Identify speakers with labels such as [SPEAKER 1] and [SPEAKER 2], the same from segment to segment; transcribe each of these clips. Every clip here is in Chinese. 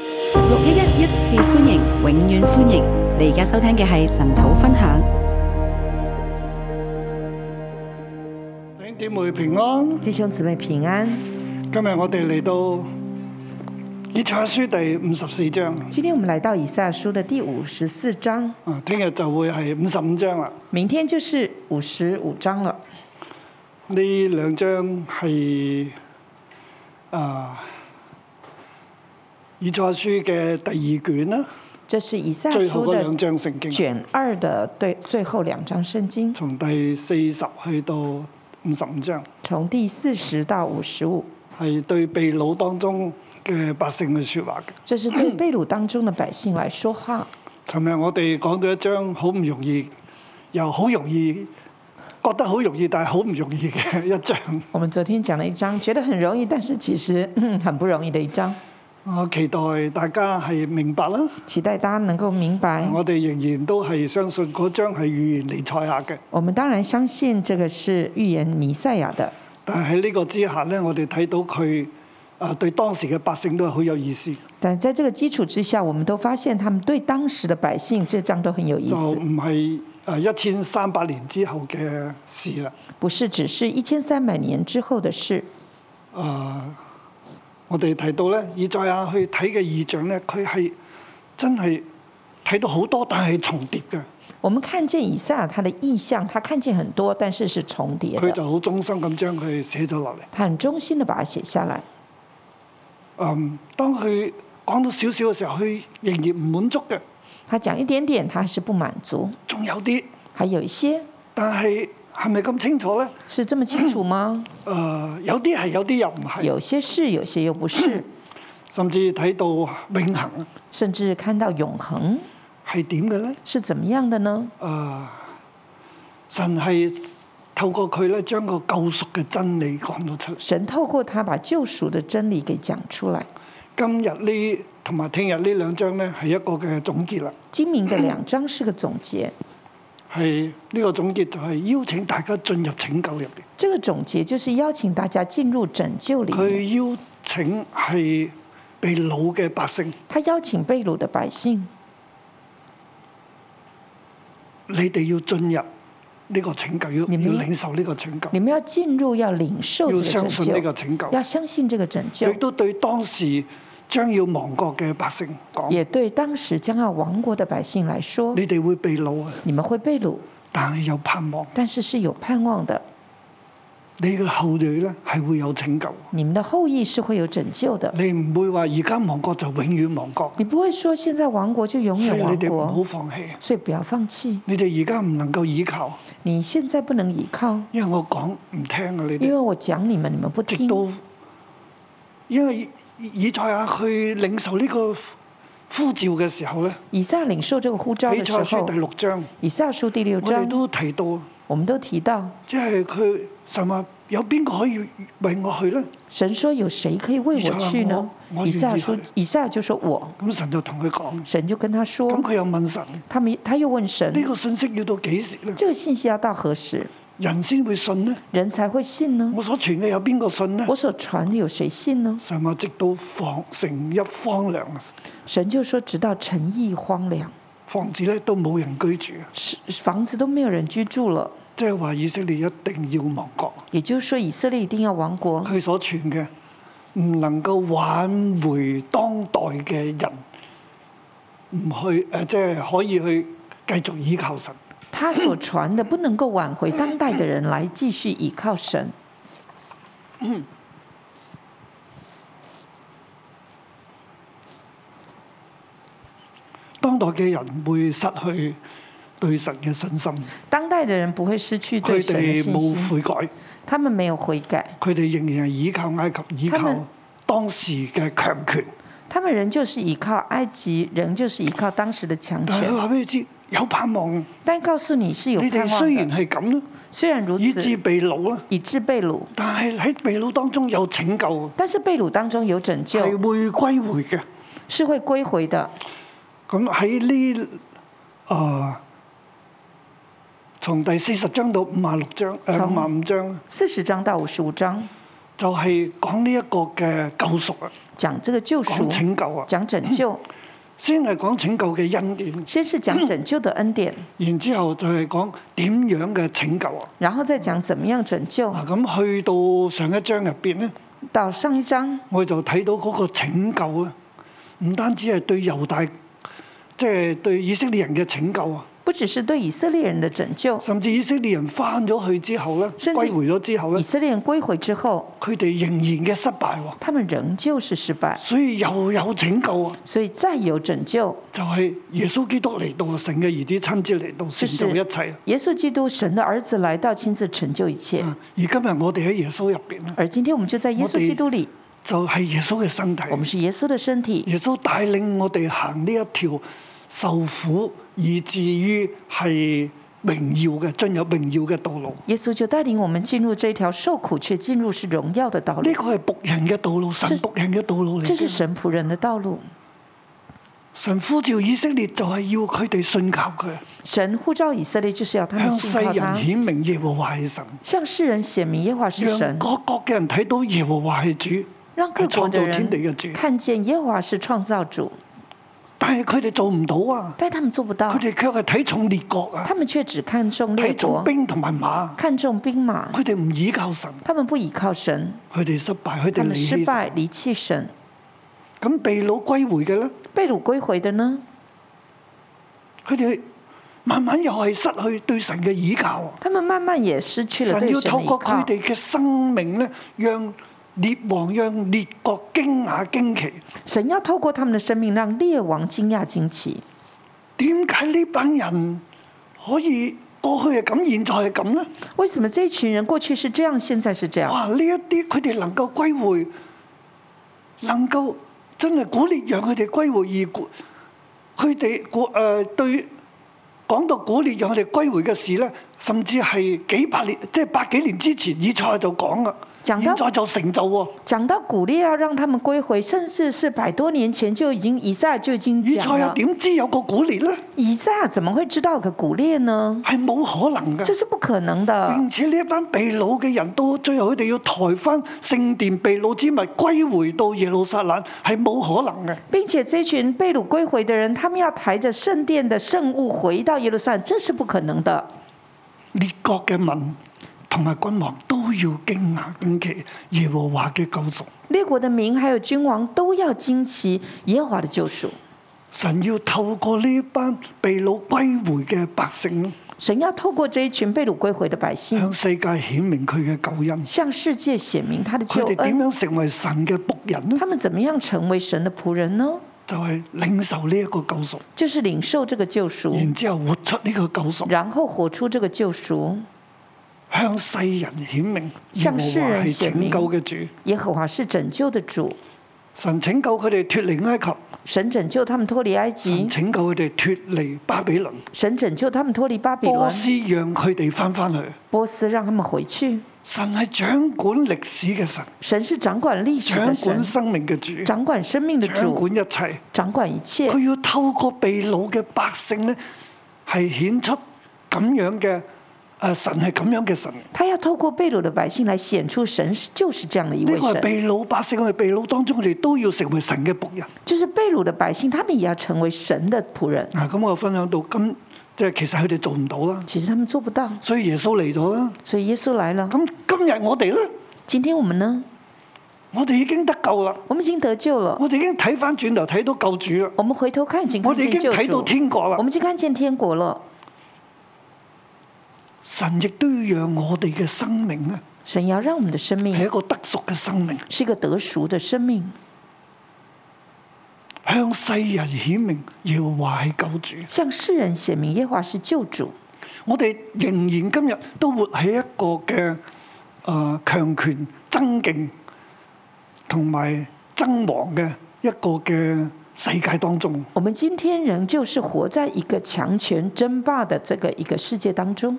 [SPEAKER 1] 一一一次歡迎，永遠歡迎！你而家收聽嘅係神土分享。
[SPEAKER 2] 弟兄姊妹平安，
[SPEAKER 3] 弟兄姊妹平安，
[SPEAKER 2] 今日我哋嚟到以賽亞書第五十四章
[SPEAKER 3] 今天我们来到以赛亚书的第五十四章，
[SPEAKER 2] 啊，聽日就會係五十五章啦。
[SPEAKER 3] 明天就是五十五章了。
[SPEAKER 2] 呢兩章係啊以賽亞書嘅第二卷啦，
[SPEAKER 3] 这是以赛
[SPEAKER 2] 最
[SPEAKER 3] 亚
[SPEAKER 2] 後
[SPEAKER 3] 书
[SPEAKER 2] 嗰兩
[SPEAKER 3] 的
[SPEAKER 2] 章聖經，
[SPEAKER 3] 卷二的对最後兩章聖經，
[SPEAKER 2] 從第四十去到五十五章，
[SPEAKER 3] 從第四十到五十五，
[SPEAKER 2] 係對被擄當中嘅百姓嘅説話嘅。
[SPEAKER 3] 这是對被掳當中的百姓來說話。
[SPEAKER 2] 尋日我哋講咗一章好唔容易，又好容易，覺得好容易，但係好唔容易嘅一章。
[SPEAKER 3] 我們昨天講了一章，覺得很容易，但是其實、嗯、很不容易的一章。
[SPEAKER 2] 我期待大家係明白啦。
[SPEAKER 3] 期待大家能夠明白，
[SPEAKER 2] 我哋仍然都係相信嗰章係預言尼賽亞嘅，
[SPEAKER 3] 我們當然相信這個是預言彌賽亞的，
[SPEAKER 2] 但係喺呢個之下呢，我哋睇到佢啊對當時嘅百姓都係好有意思，
[SPEAKER 3] 但在這個基礎之下，我們都發現他們對當時的百姓這章都很有意
[SPEAKER 2] 就
[SPEAKER 3] 思，
[SPEAKER 2] 唔係啊一千三百年之後嘅事啦。
[SPEAKER 3] 不是只是一千三百年之後的事。
[SPEAKER 2] 啊、我哋提到呢，以賽亞去睇嘅異象呢，佢係真係睇到好多，但係重疊嘅。
[SPEAKER 3] 我們看見以賽亞他的意象，他看見很多，但是是重疊
[SPEAKER 2] 佢
[SPEAKER 3] 的。
[SPEAKER 2] 就好忠心咁將佢寫咗落嚟。
[SPEAKER 3] 他很忠心的把它寫下來。
[SPEAKER 2] 嗯，當佢講到少少嘅時候，佢仍然唔滿足嘅，
[SPEAKER 3] 他講一點點，他還是不滿足，
[SPEAKER 2] 仲有啲，
[SPEAKER 3] 還有一些
[SPEAKER 2] 但係係咪咁清楚呢？
[SPEAKER 3] 是這麼清楚嗎？
[SPEAKER 2] 誒、有啲係，有啲又唔係，
[SPEAKER 3] 有些是，有些又不是，
[SPEAKER 2] 甚至睇到永恆
[SPEAKER 3] 甚至看到永恆
[SPEAKER 2] 係點嘅呢？
[SPEAKER 3] 是怎麼樣的呢？
[SPEAKER 2] 誒、神係透過佢咧，將個救贖嘅真理講咗出嚟。
[SPEAKER 3] 神透過他把救贖的真理給講出來。
[SPEAKER 2] 今日呢同埋聽日呢兩章呢，係一個嘅總結啦，
[SPEAKER 3] 今明的兩章是個總結。
[SPEAKER 2] 係呢個總結就係邀請大家進入拯救入邊。
[SPEAKER 3] 这个总结就是邀请大家进入拯救里面。
[SPEAKER 2] 佢邀請係被擄嘅百姓，
[SPEAKER 3] 他邀请被掳的百姓，
[SPEAKER 2] 你哋要進入呢個拯救，要
[SPEAKER 3] 你們
[SPEAKER 2] 要領受呢個拯救，
[SPEAKER 3] 你们要进入，要领受
[SPEAKER 2] 要
[SPEAKER 3] 这
[SPEAKER 2] 相
[SPEAKER 3] 个
[SPEAKER 2] 信呢個
[SPEAKER 3] 拯
[SPEAKER 2] 拯
[SPEAKER 3] 救，
[SPEAKER 2] 救，
[SPEAKER 3] 要相信这个拯救
[SPEAKER 2] 亦，都對當時將要亡國嘅百姓講：
[SPEAKER 3] 也對當時將要亡國的百姓來說，
[SPEAKER 2] 你哋會被擄啊，
[SPEAKER 3] 你们會被掳，
[SPEAKER 2] 但係有盼望，
[SPEAKER 3] 但是是有盼望的，
[SPEAKER 2] 你嘅後裔呢係會有拯救。
[SPEAKER 3] 你们的後裔是會有拯救的。
[SPEAKER 2] 你唔會話而家亡國就永遠亡國，
[SPEAKER 3] 你不會說現在亡國就永
[SPEAKER 2] 所以你
[SPEAKER 3] 遠亡
[SPEAKER 2] 哋唔好
[SPEAKER 3] 國，
[SPEAKER 2] 放棄。
[SPEAKER 3] 所以不要放棄。
[SPEAKER 2] 你哋而家唔能夠倚靠，
[SPEAKER 3] 你現在不能倚靠，
[SPEAKER 2] 因為我講唔聽啊！你
[SPEAKER 3] 因為
[SPEAKER 2] 哋
[SPEAKER 3] 我講你們，你們不
[SPEAKER 2] 直
[SPEAKER 3] 聽。
[SPEAKER 2] 到因為以以賽亞去領受呢個呼召嘅時候咧，
[SPEAKER 3] 以撒領受這個呼召
[SPEAKER 2] 以
[SPEAKER 3] 的時
[SPEAKER 2] 賽亞書
[SPEAKER 3] 候
[SPEAKER 2] 第，六章，
[SPEAKER 3] 以撒書第六
[SPEAKER 2] 我哋
[SPEAKER 3] 章，
[SPEAKER 2] 都提到，
[SPEAKER 3] 我們都提到，
[SPEAKER 2] 即係佢神話有邊個可以為我去咧？
[SPEAKER 3] 神說有誰可以為我去呢
[SPEAKER 2] 以撒我？我
[SPEAKER 3] 以撒
[SPEAKER 2] 願意
[SPEAKER 3] 說
[SPEAKER 2] 去，
[SPEAKER 3] 以撒就說我，
[SPEAKER 2] 咁神就同佢講，
[SPEAKER 3] 神就跟他說，
[SPEAKER 2] 咁佢又問神呢、
[SPEAKER 3] 他們他又問神，
[SPEAKER 2] 個信息要到幾時咧？
[SPEAKER 3] 這個信息要到何時，
[SPEAKER 2] 人先會信呢？
[SPEAKER 3] 人才會信呢？
[SPEAKER 2] 我所傳嘅有邊個信呢？
[SPEAKER 3] 我所傳的有誰信呢？
[SPEAKER 2] 神話直到房城邑荒涼啊，
[SPEAKER 3] 神就說，直到城邑荒涼，
[SPEAKER 2] 房子咧都冇人居住啊，
[SPEAKER 3] 是房子都沒有人居住了，
[SPEAKER 2] 即係話以色列一定要亡國。
[SPEAKER 3] 也就是說以色列一定要亡國，
[SPEAKER 2] 佢所傳嘅唔能夠挽回當代嘅人，唔去誒、呃即係可以去繼續依靠神。
[SPEAKER 3] 他所傳的不能夠挽回當代的人來繼續倚靠神。
[SPEAKER 2] 當代嘅人會失去對神嘅信心，
[SPEAKER 3] 當代的人不會失去對
[SPEAKER 2] 佢
[SPEAKER 3] 神的
[SPEAKER 2] 哋
[SPEAKER 3] 信
[SPEAKER 2] 冇
[SPEAKER 3] 心，
[SPEAKER 2] 悔改，
[SPEAKER 3] 他們沒有悔改，
[SPEAKER 2] 佢哋仍然係依靠埃及，依
[SPEAKER 3] 他
[SPEAKER 2] 靠
[SPEAKER 3] 們
[SPEAKER 2] 當時嘅強權。
[SPEAKER 3] 他們仍舊是依靠埃及，仍舊是依靠當時的強
[SPEAKER 2] 但係佢
[SPEAKER 3] 權。
[SPEAKER 2] 話俾你知，有盼望。
[SPEAKER 3] 但告訴你是有
[SPEAKER 2] 你
[SPEAKER 3] 盼
[SPEAKER 2] 哋雖
[SPEAKER 3] 望
[SPEAKER 2] 然
[SPEAKER 3] 的，
[SPEAKER 2] 係咁啦，
[SPEAKER 3] 雖然如
[SPEAKER 2] 以致
[SPEAKER 3] 此，
[SPEAKER 2] 被擄啦，
[SPEAKER 3] 以致被擄，
[SPEAKER 2] 但係喺被擄當中有拯救，
[SPEAKER 3] 但是被擄當中有拯
[SPEAKER 2] 係
[SPEAKER 3] 救，
[SPEAKER 2] 會歸回嘅。
[SPEAKER 3] 是會歸回的。
[SPEAKER 2] 咁喺呢啊，從第四十章到五十六章，誒
[SPEAKER 3] 從
[SPEAKER 2] 五十五章，
[SPEAKER 3] 四十章到五十五章
[SPEAKER 2] 就係講呢一個嘅救贖啊，
[SPEAKER 3] 講這個救
[SPEAKER 2] 講
[SPEAKER 3] 贖，
[SPEAKER 2] 拯救啊。
[SPEAKER 3] 講拯救，
[SPEAKER 2] 先係講拯救嘅恩典，
[SPEAKER 3] 先是讲拯救的恩典，
[SPEAKER 2] 然之後就係講點樣嘅拯救啊！
[SPEAKER 3] 然后再讲怎么样拯救。
[SPEAKER 2] 啊，咁去到上一章入邊咧，
[SPEAKER 3] 到上一章，
[SPEAKER 2] 我就睇到嗰個拯救啊，唔單止係對猶大，即、係、對以色列人嘅拯救啊，
[SPEAKER 3] 不只是对以色列人的拯救，
[SPEAKER 2] 甚至以色列人翻咗去之後咧，
[SPEAKER 3] 甚
[SPEAKER 2] 歸
[SPEAKER 3] 至
[SPEAKER 2] 回咗之後
[SPEAKER 3] 以
[SPEAKER 2] 咧，
[SPEAKER 3] 色列人归回之后，
[SPEAKER 2] 佢哋仍然嘅失敗喎，
[SPEAKER 3] 他们仍旧是失败，
[SPEAKER 2] 所以又有拯救啊！
[SPEAKER 3] 所以再有拯救，
[SPEAKER 2] 就係耶穌基督嚟到，神嘅兒子親自嚟到，成就一切。
[SPEAKER 3] 耶稣基督神的儿子来到，亲自成就一切。
[SPEAKER 2] 啊而今日我哋喺耶穌入邊咧，
[SPEAKER 3] 而今天我们就在耶稣基督里，
[SPEAKER 2] 就係耶穌嘅身體。
[SPEAKER 3] 我们是耶稣的身体，
[SPEAKER 2] 耶穌帶領我哋行呢一條受苦，以至於係榮耀嘅進入榮耀嘅道路。
[SPEAKER 3] 耶稣就带领我们进入这条受苦却进入是荣耀的道
[SPEAKER 2] 呢
[SPEAKER 3] 路，
[SPEAKER 2] 個係仆人嘅道路，神
[SPEAKER 3] 這是
[SPEAKER 2] 仆人嘅道路嚟
[SPEAKER 3] 这
[SPEAKER 2] 嘅。
[SPEAKER 3] 是神仆人的道路。
[SPEAKER 2] 神呼召以色列就係要佢哋信靠佢，
[SPEAKER 3] 神呼召以色列就是要他们
[SPEAKER 2] 向
[SPEAKER 3] 信靠
[SPEAKER 2] 世
[SPEAKER 3] 他
[SPEAKER 2] 人，顯明耶和華係神，
[SPEAKER 3] 向世人显明耶和华是
[SPEAKER 2] 讓
[SPEAKER 3] 神，
[SPEAKER 2] 各國嘅人睇到耶和華係主，
[SPEAKER 3] 让各
[SPEAKER 2] 係
[SPEAKER 3] 国
[SPEAKER 2] 創
[SPEAKER 3] 的
[SPEAKER 2] 造天地嘅
[SPEAKER 3] 人
[SPEAKER 2] 主。
[SPEAKER 3] 看见耶和华是创造主，
[SPEAKER 2] 但係佢哋做唔到啊！
[SPEAKER 3] 但他们做不到
[SPEAKER 2] 佢，哋卻係睇重列國啊，
[SPEAKER 3] 他們卻只看重列
[SPEAKER 2] 睇重
[SPEAKER 3] 國，
[SPEAKER 2] 兵同埋馬，
[SPEAKER 3] 看重兵马，
[SPEAKER 2] 佢哋唔倚靠神，
[SPEAKER 3] 他們不倚靠神，
[SPEAKER 2] 佢哋失敗，佢
[SPEAKER 3] 他
[SPEAKER 2] 哋
[SPEAKER 3] 們
[SPEAKER 2] 離
[SPEAKER 3] 失
[SPEAKER 2] 棄
[SPEAKER 3] 敗
[SPEAKER 2] 神。
[SPEAKER 3] 離棄神。
[SPEAKER 2] 咁被掳歸回嘅咧，
[SPEAKER 3] 被掳歸回的呢，
[SPEAKER 2] 佢哋慢慢又係失去對神嘅倚靠啊。
[SPEAKER 3] 他們慢慢也失去了
[SPEAKER 2] 神
[SPEAKER 3] 對
[SPEAKER 2] 要
[SPEAKER 3] 神
[SPEAKER 2] 透
[SPEAKER 3] 的依
[SPEAKER 2] 過佢
[SPEAKER 3] 靠。
[SPEAKER 2] 哋嘅生命咧，讓列王、讓列國驚訝驚奇。
[SPEAKER 3] 神要透過他們的生命，讓列王驚訝驚奇。
[SPEAKER 2] 點解呢班人可以過去係咁，現在係咁咧？
[SPEAKER 3] 為什麼這群人過去是這樣，現在是這樣？
[SPEAKER 2] 哇！呢一啲佢哋能夠歸回，能夠真係鼓勵讓佢哋歸回，而鼓佢哋鼓誒對講到鼓勵讓佢哋歸回嘅事咧，甚至係幾百年，即係百幾年之前，以賽就講啊啦，
[SPEAKER 3] 講到
[SPEAKER 2] 現在就成就喎。
[SPEAKER 3] 講到鼓勵要讓他們歸回，甚至是百多年前就已經以賽亞就已經
[SPEAKER 2] 以賽
[SPEAKER 3] 講
[SPEAKER 2] 又
[SPEAKER 3] 了。
[SPEAKER 2] 點知有個鼓勵咧？
[SPEAKER 3] 以賽亞怎麼會知道有個古列呢？
[SPEAKER 2] 係冇可能
[SPEAKER 3] 這
[SPEAKER 2] 嘅。
[SPEAKER 3] 是不可能的。
[SPEAKER 2] 並且呢一班被掳嘅人，到最後佢哋要抬翻聖殿被掳之物歸回到耶路撒冷，係冇可能嘅。
[SPEAKER 3] 并且这群被掳归回的人，他们要抬着圣殿的圣物回到耶路撒冷，这是不可能的。
[SPEAKER 2] 列國嘅民同埋君王都要驚訝驚奇耶和華嘅救贖。
[SPEAKER 3] 列国的民还有君王都要惊奇耶和华的救赎。
[SPEAKER 2] 神要透過呢班被掳歸回嘅百姓，
[SPEAKER 3] 神要透过这一群被掳归回的百姓，
[SPEAKER 2] 向世界顯明佢嘅救恩。
[SPEAKER 3] 向世界显明他的
[SPEAKER 2] 佢
[SPEAKER 3] 救
[SPEAKER 2] 哋點
[SPEAKER 3] 恩。
[SPEAKER 2] 樣成為神嘅仆人呢
[SPEAKER 3] 他？们怎么样成为神的仆人呢？
[SPEAKER 2] 就係、領受呢一個救贖，
[SPEAKER 3] 就是领受这个救赎，
[SPEAKER 2] 然之後活出呢個救贖，
[SPEAKER 3] 然后活出这个救赎。
[SPEAKER 2] 向世人顯明耶和
[SPEAKER 3] 向
[SPEAKER 2] 華
[SPEAKER 3] 世人
[SPEAKER 2] 係
[SPEAKER 3] 顯
[SPEAKER 2] 拯
[SPEAKER 3] 明
[SPEAKER 2] 救嘅主。
[SPEAKER 3] 耶和华是拯救的主，
[SPEAKER 2] 神拯救佢哋脱離埃及，
[SPEAKER 3] 神拯救他们脱离埃及
[SPEAKER 2] 神，拯救佢哋脱離巴比倫，
[SPEAKER 3] 神拯救他们脱离巴比
[SPEAKER 2] 波
[SPEAKER 3] 伦，
[SPEAKER 2] 斯讓佢哋翻返去。
[SPEAKER 3] 波斯让他们回去。
[SPEAKER 2] 神係掌管歷史嘅神，
[SPEAKER 3] 神是掌管历史
[SPEAKER 2] 掌
[SPEAKER 3] 的
[SPEAKER 2] 管
[SPEAKER 3] 神，
[SPEAKER 2] 生命嘅主，
[SPEAKER 3] 掌管生命的
[SPEAKER 2] 掌
[SPEAKER 3] 主，
[SPEAKER 2] 管一切。
[SPEAKER 3] 掌管一切。
[SPEAKER 2] 佢要透過被掳嘅百姓咧，係顯出咁樣嘅誒、呃神係咁樣嘅神。呢
[SPEAKER 3] 他要透过被掳的百姓来显出神是就是这样的一位
[SPEAKER 2] 個係
[SPEAKER 3] 神，
[SPEAKER 2] 被掳百姓，我哋被掳當中，我哋都要成為神嘅仆人。
[SPEAKER 3] 就是被掳的百姓，他们也要成为神的仆人。
[SPEAKER 2] 嗱，啊咁我分享到今，即係其實佢哋做唔到啦，
[SPEAKER 3] 其实他们做不到，
[SPEAKER 2] 所以耶穌嚟咗啦。
[SPEAKER 3] 所以耶稣来了。
[SPEAKER 2] 咁今日我哋咧，
[SPEAKER 3] 今天我们呢，
[SPEAKER 2] 我哋已經得救啦，
[SPEAKER 3] 我们已经得救了，
[SPEAKER 2] 我哋已經睇翻轉頭睇到救主啦，
[SPEAKER 3] 我们回头看已经
[SPEAKER 2] 我
[SPEAKER 3] 看
[SPEAKER 2] 哋已
[SPEAKER 3] 见
[SPEAKER 2] 經
[SPEAKER 3] 救
[SPEAKER 2] 睇到
[SPEAKER 3] 主，
[SPEAKER 2] 天國
[SPEAKER 3] 我
[SPEAKER 2] 啦。
[SPEAKER 3] 们已经看见天国了。
[SPEAKER 2] 神亦都要讓我哋嘅生命咧，
[SPEAKER 3] 神要让我们的生
[SPEAKER 2] 係
[SPEAKER 3] 命
[SPEAKER 2] 一個得贖嘅生命。
[SPEAKER 3] 是一个得赎的生命，
[SPEAKER 2] 向世人顯明耶和華係救主。
[SPEAKER 3] 向世人显明耶和华是救主。
[SPEAKER 2] 我哋仍然今日都活喺一個嘅誒、呃、強權爭競同埋爭亡嘅一個嘅世界當中。
[SPEAKER 3] 我们今天仍旧是活在一个强权争霸的这个一个世界当中。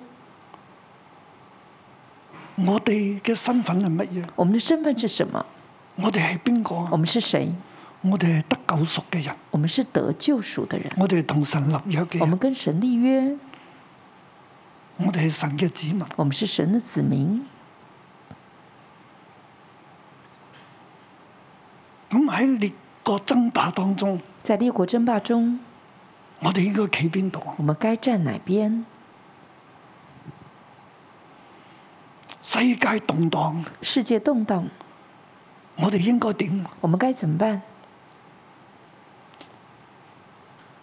[SPEAKER 2] 我哋嘅身份係乜嘢？
[SPEAKER 3] 我们的身份是什么？
[SPEAKER 2] 我哋係邊個
[SPEAKER 3] 我
[SPEAKER 2] 啊？
[SPEAKER 3] 们是谁？
[SPEAKER 2] 我哋係得救贖嘅人，
[SPEAKER 3] 我们是得救赎的人，
[SPEAKER 2] 我哋係同神立約嘅
[SPEAKER 3] 我们
[SPEAKER 2] 人，
[SPEAKER 3] 跟神立约，
[SPEAKER 2] 我哋係神嘅子民。
[SPEAKER 3] 我们是神的子民。
[SPEAKER 2] 咁喺列國爭霸當中，
[SPEAKER 3] 在列国争霸中，
[SPEAKER 2] 我哋應該企邊度啊？
[SPEAKER 3] 我们该站哪边？
[SPEAKER 2] 世界動盪，
[SPEAKER 3] 世界动荡，
[SPEAKER 2] 我哋應該點啊？
[SPEAKER 3] 我们该怎么办？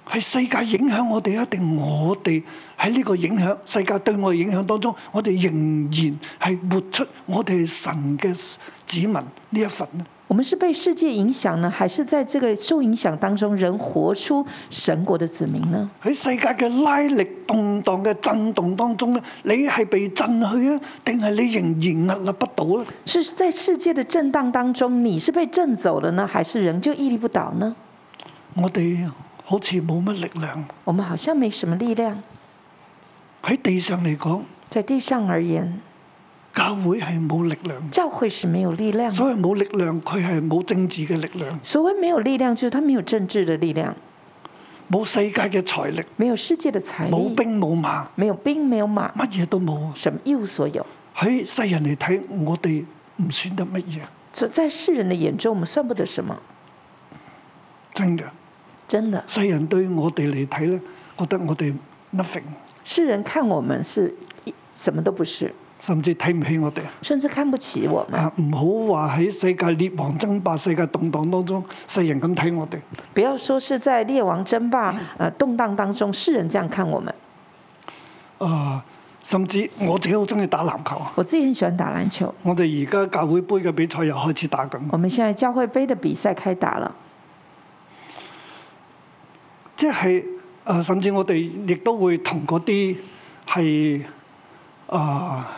[SPEAKER 2] 係世界影響我哋，一定我哋喺呢個影響世界對我哋影響當中，我哋仍然係活出我哋係神嘅子民呢一份呢
[SPEAKER 3] 我们是被世界影响呢，还是在这个受影响当中，人活出神国的子民呢？
[SPEAKER 2] 喺世界嘅拉力動盪嘅震動當中咧，你係被震去啊，定係你仍然屹立不倒咧？
[SPEAKER 3] 是在世界的震荡当中，你是被震走了呢，还是人就屹立不倒呢？
[SPEAKER 2] 我哋好似冇乜力量
[SPEAKER 3] 我们好像没什么力量，
[SPEAKER 2] 喺地上嚟講，
[SPEAKER 3] 在地上而言，
[SPEAKER 2] 教會係冇力量，
[SPEAKER 3] 教会是没有力量的。
[SPEAKER 2] 所謂冇力量，佢係冇政治嘅力量，
[SPEAKER 3] 所谓没有力量，就是他没有政治的力量，
[SPEAKER 2] 冇世界嘅財力，
[SPEAKER 3] 没有世界的财
[SPEAKER 2] 冇
[SPEAKER 3] 力，
[SPEAKER 2] 兵冇馬，
[SPEAKER 3] 没有兵，没有马，
[SPEAKER 2] 乜嘢都冇。
[SPEAKER 3] 什么一无所有。
[SPEAKER 2] 喺世人嚟睇，我哋唔算得乜嘢，
[SPEAKER 3] 所在世人的眼中，我们算不得什么，
[SPEAKER 2] 真嘅。
[SPEAKER 3] 真的。
[SPEAKER 2] 世人對我哋嚟睇咧，覺得我哋 nothing，
[SPEAKER 3] 世人看我们是一什么都不是，
[SPEAKER 2] 甚至睇唔起我哋。
[SPEAKER 3] 甚至看不起我们。
[SPEAKER 2] 啊！唔好話喺世界列亡爭霸、世界動盪當中，世人咁睇我哋。
[SPEAKER 3] 不要说是在列王争霸呃动荡当中，世人这样看我们。
[SPEAKER 2] 啊、甚至我自己好中意打籃球啊！
[SPEAKER 3] 我自己很喜欢打篮球，
[SPEAKER 2] 我哋而家教會杯嘅比賽又開始打緊，
[SPEAKER 3] 我们现在教会杯的比赛开打了，
[SPEAKER 2] 即係啊、甚至我哋亦都會同嗰啲係啊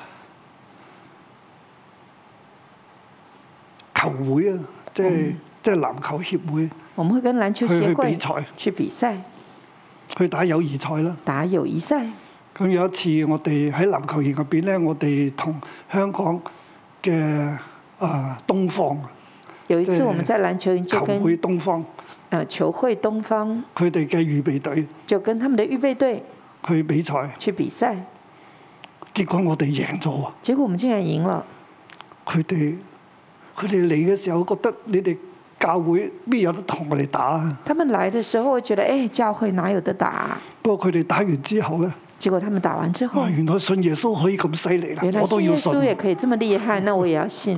[SPEAKER 2] 球會啊，即係、即係籃球協會
[SPEAKER 3] 我们会跟篮球协
[SPEAKER 2] 去去
[SPEAKER 3] 会
[SPEAKER 2] 比赛
[SPEAKER 3] 去比赛，
[SPEAKER 2] 去打友誼賽啦。
[SPEAKER 3] 打友谊赛。
[SPEAKER 2] 咁有一次我哋喺籃球營入邊咧，我哋同香港嘅啊東方
[SPEAKER 3] 有一
[SPEAKER 2] 对
[SPEAKER 3] 次我们在篮球营就
[SPEAKER 2] 球
[SPEAKER 3] 跟
[SPEAKER 2] 會東方
[SPEAKER 3] 呃球会东方
[SPEAKER 2] 佢哋嘅預備隊
[SPEAKER 3] 就跟他们的预备队
[SPEAKER 2] 去比賽，
[SPEAKER 3] 去比赛，
[SPEAKER 2] 結果我哋贏咗喎。
[SPEAKER 3] 结果我们竟然赢了。
[SPEAKER 2] 佢哋佢哋嚟嘅時候覺得你哋教會邊有得同我哋打啊？
[SPEAKER 3] 他们来的时候，我觉得哎，教会哪有的打啊、
[SPEAKER 2] 不過佢哋打完之後咧，
[SPEAKER 3] 结果他们打完之后
[SPEAKER 2] 哇！，原來信耶穌可以咁犀利啦
[SPEAKER 3] 嗯原，来
[SPEAKER 2] 我都
[SPEAKER 3] 信耶
[SPEAKER 2] 要信。
[SPEAKER 3] 稣也可以这么厉害，那我也要信。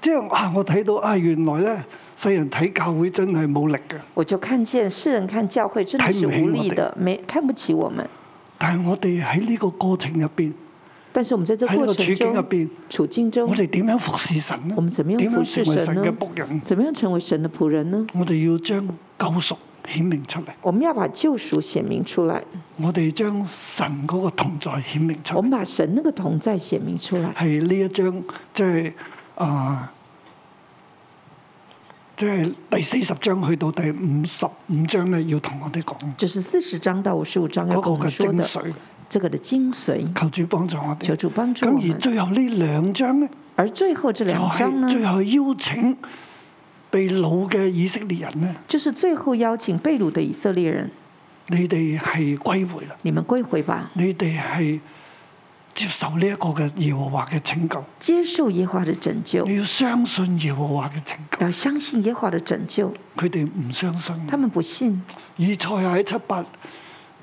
[SPEAKER 2] 即係啊，我睇到啊，原來咧世人睇教會真係冇力嘅，
[SPEAKER 3] 我就看见世人看教会真的是无力的，没看不起我们。
[SPEAKER 2] 但係我哋喺呢個過程入邊。
[SPEAKER 3] 但是我们在这
[SPEAKER 2] 喺呢
[SPEAKER 3] 过
[SPEAKER 2] 個處
[SPEAKER 3] 程
[SPEAKER 2] 境入
[SPEAKER 3] 中，
[SPEAKER 2] 邊，
[SPEAKER 3] 处境中
[SPEAKER 2] 啊我，哋點樣服侍神呢？
[SPEAKER 3] 我們怎麼樣
[SPEAKER 2] 點樣
[SPEAKER 3] 服侍
[SPEAKER 2] 成為
[SPEAKER 3] 神
[SPEAKER 2] 神
[SPEAKER 3] 呢
[SPEAKER 2] 嘅僕人？
[SPEAKER 3] 怎么样成为神的仆人呢？
[SPEAKER 2] 我哋要將救贖顯明出嚟，
[SPEAKER 3] 我们要把救赎显明出来，
[SPEAKER 2] 我哋將神嗰個同在顯明出
[SPEAKER 3] 我
[SPEAKER 2] 嚟，
[SPEAKER 3] 们把神那个同在显明出来，
[SPEAKER 2] 係呢一章即係啊，即係第四十章去到第五十五章咧，要同我哋講
[SPEAKER 3] 这是四十章到五十五章要
[SPEAKER 2] 嗰個
[SPEAKER 3] 跟我
[SPEAKER 2] 嘅
[SPEAKER 3] 们说
[SPEAKER 2] 精
[SPEAKER 3] 的
[SPEAKER 2] 髓。
[SPEAKER 3] 这个的精髓。
[SPEAKER 2] 求主幫助我
[SPEAKER 3] 求
[SPEAKER 2] 哋。
[SPEAKER 3] 主帮助我
[SPEAKER 2] 咁
[SPEAKER 3] 们
[SPEAKER 2] 而。最後呢兩章咧，
[SPEAKER 3] 而最后这
[SPEAKER 2] 就
[SPEAKER 3] 两章呢
[SPEAKER 2] 係，最後邀請被擄嘅以色列人咧，
[SPEAKER 3] 就是最后邀请被掳的以色列人，
[SPEAKER 2] 你哋係歸回啦。
[SPEAKER 3] 你们归回吧，
[SPEAKER 2] 你哋係接受呢一個嘅耶和華嘅拯救，
[SPEAKER 3] 接受耶和华的拯救，
[SPEAKER 2] 你要相信耶和華嘅拯救。
[SPEAKER 3] 要相信耶和华的拯救。
[SPEAKER 2] 佢哋唔相信。
[SPEAKER 3] 他们不信。
[SPEAKER 2] 以賽亞喺七八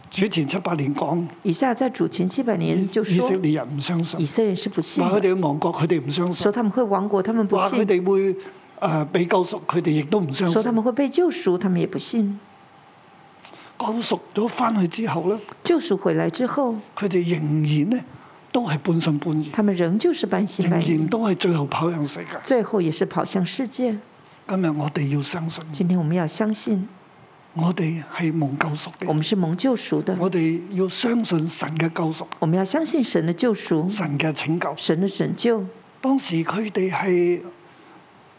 [SPEAKER 2] 主前七八年講，
[SPEAKER 3] 以下在主前七百年
[SPEAKER 2] 以
[SPEAKER 3] 就
[SPEAKER 2] 以色
[SPEAKER 3] 说，
[SPEAKER 2] 列人唔相
[SPEAKER 3] 以
[SPEAKER 2] 信，
[SPEAKER 3] 色列人是不信
[SPEAKER 2] 話佢
[SPEAKER 3] 的，
[SPEAKER 2] 哋嘅亡國，佢哋唔相信
[SPEAKER 3] 说，他们会亡国，他们不
[SPEAKER 2] 話佢
[SPEAKER 3] 信；
[SPEAKER 2] 哋會誒被救贖，佢哋亦都唔相
[SPEAKER 3] 说
[SPEAKER 2] 信。
[SPEAKER 3] 他们会被救赎，他们也不信。
[SPEAKER 2] 救贖咗翻去之後咧，
[SPEAKER 3] 救赎回来之后，
[SPEAKER 2] 佢哋仍然咧都係半信半疑，
[SPEAKER 3] 他们仍旧是半信
[SPEAKER 2] 仍
[SPEAKER 3] 半
[SPEAKER 2] 然
[SPEAKER 3] 疑，
[SPEAKER 2] 都係最後跑向世界。
[SPEAKER 3] 最后也是跑向世界。
[SPEAKER 2] 今日我哋要相信，
[SPEAKER 3] 今天我们要相信，
[SPEAKER 2] 我哋係蒙救贖嘅，
[SPEAKER 3] 我们是蒙救赎的，
[SPEAKER 2] 我哋要相信神嘅救贖。
[SPEAKER 3] 我们要相信神的救赎，
[SPEAKER 2] 神嘅拯救。
[SPEAKER 3] 神的拯救。
[SPEAKER 2] 當時佢哋係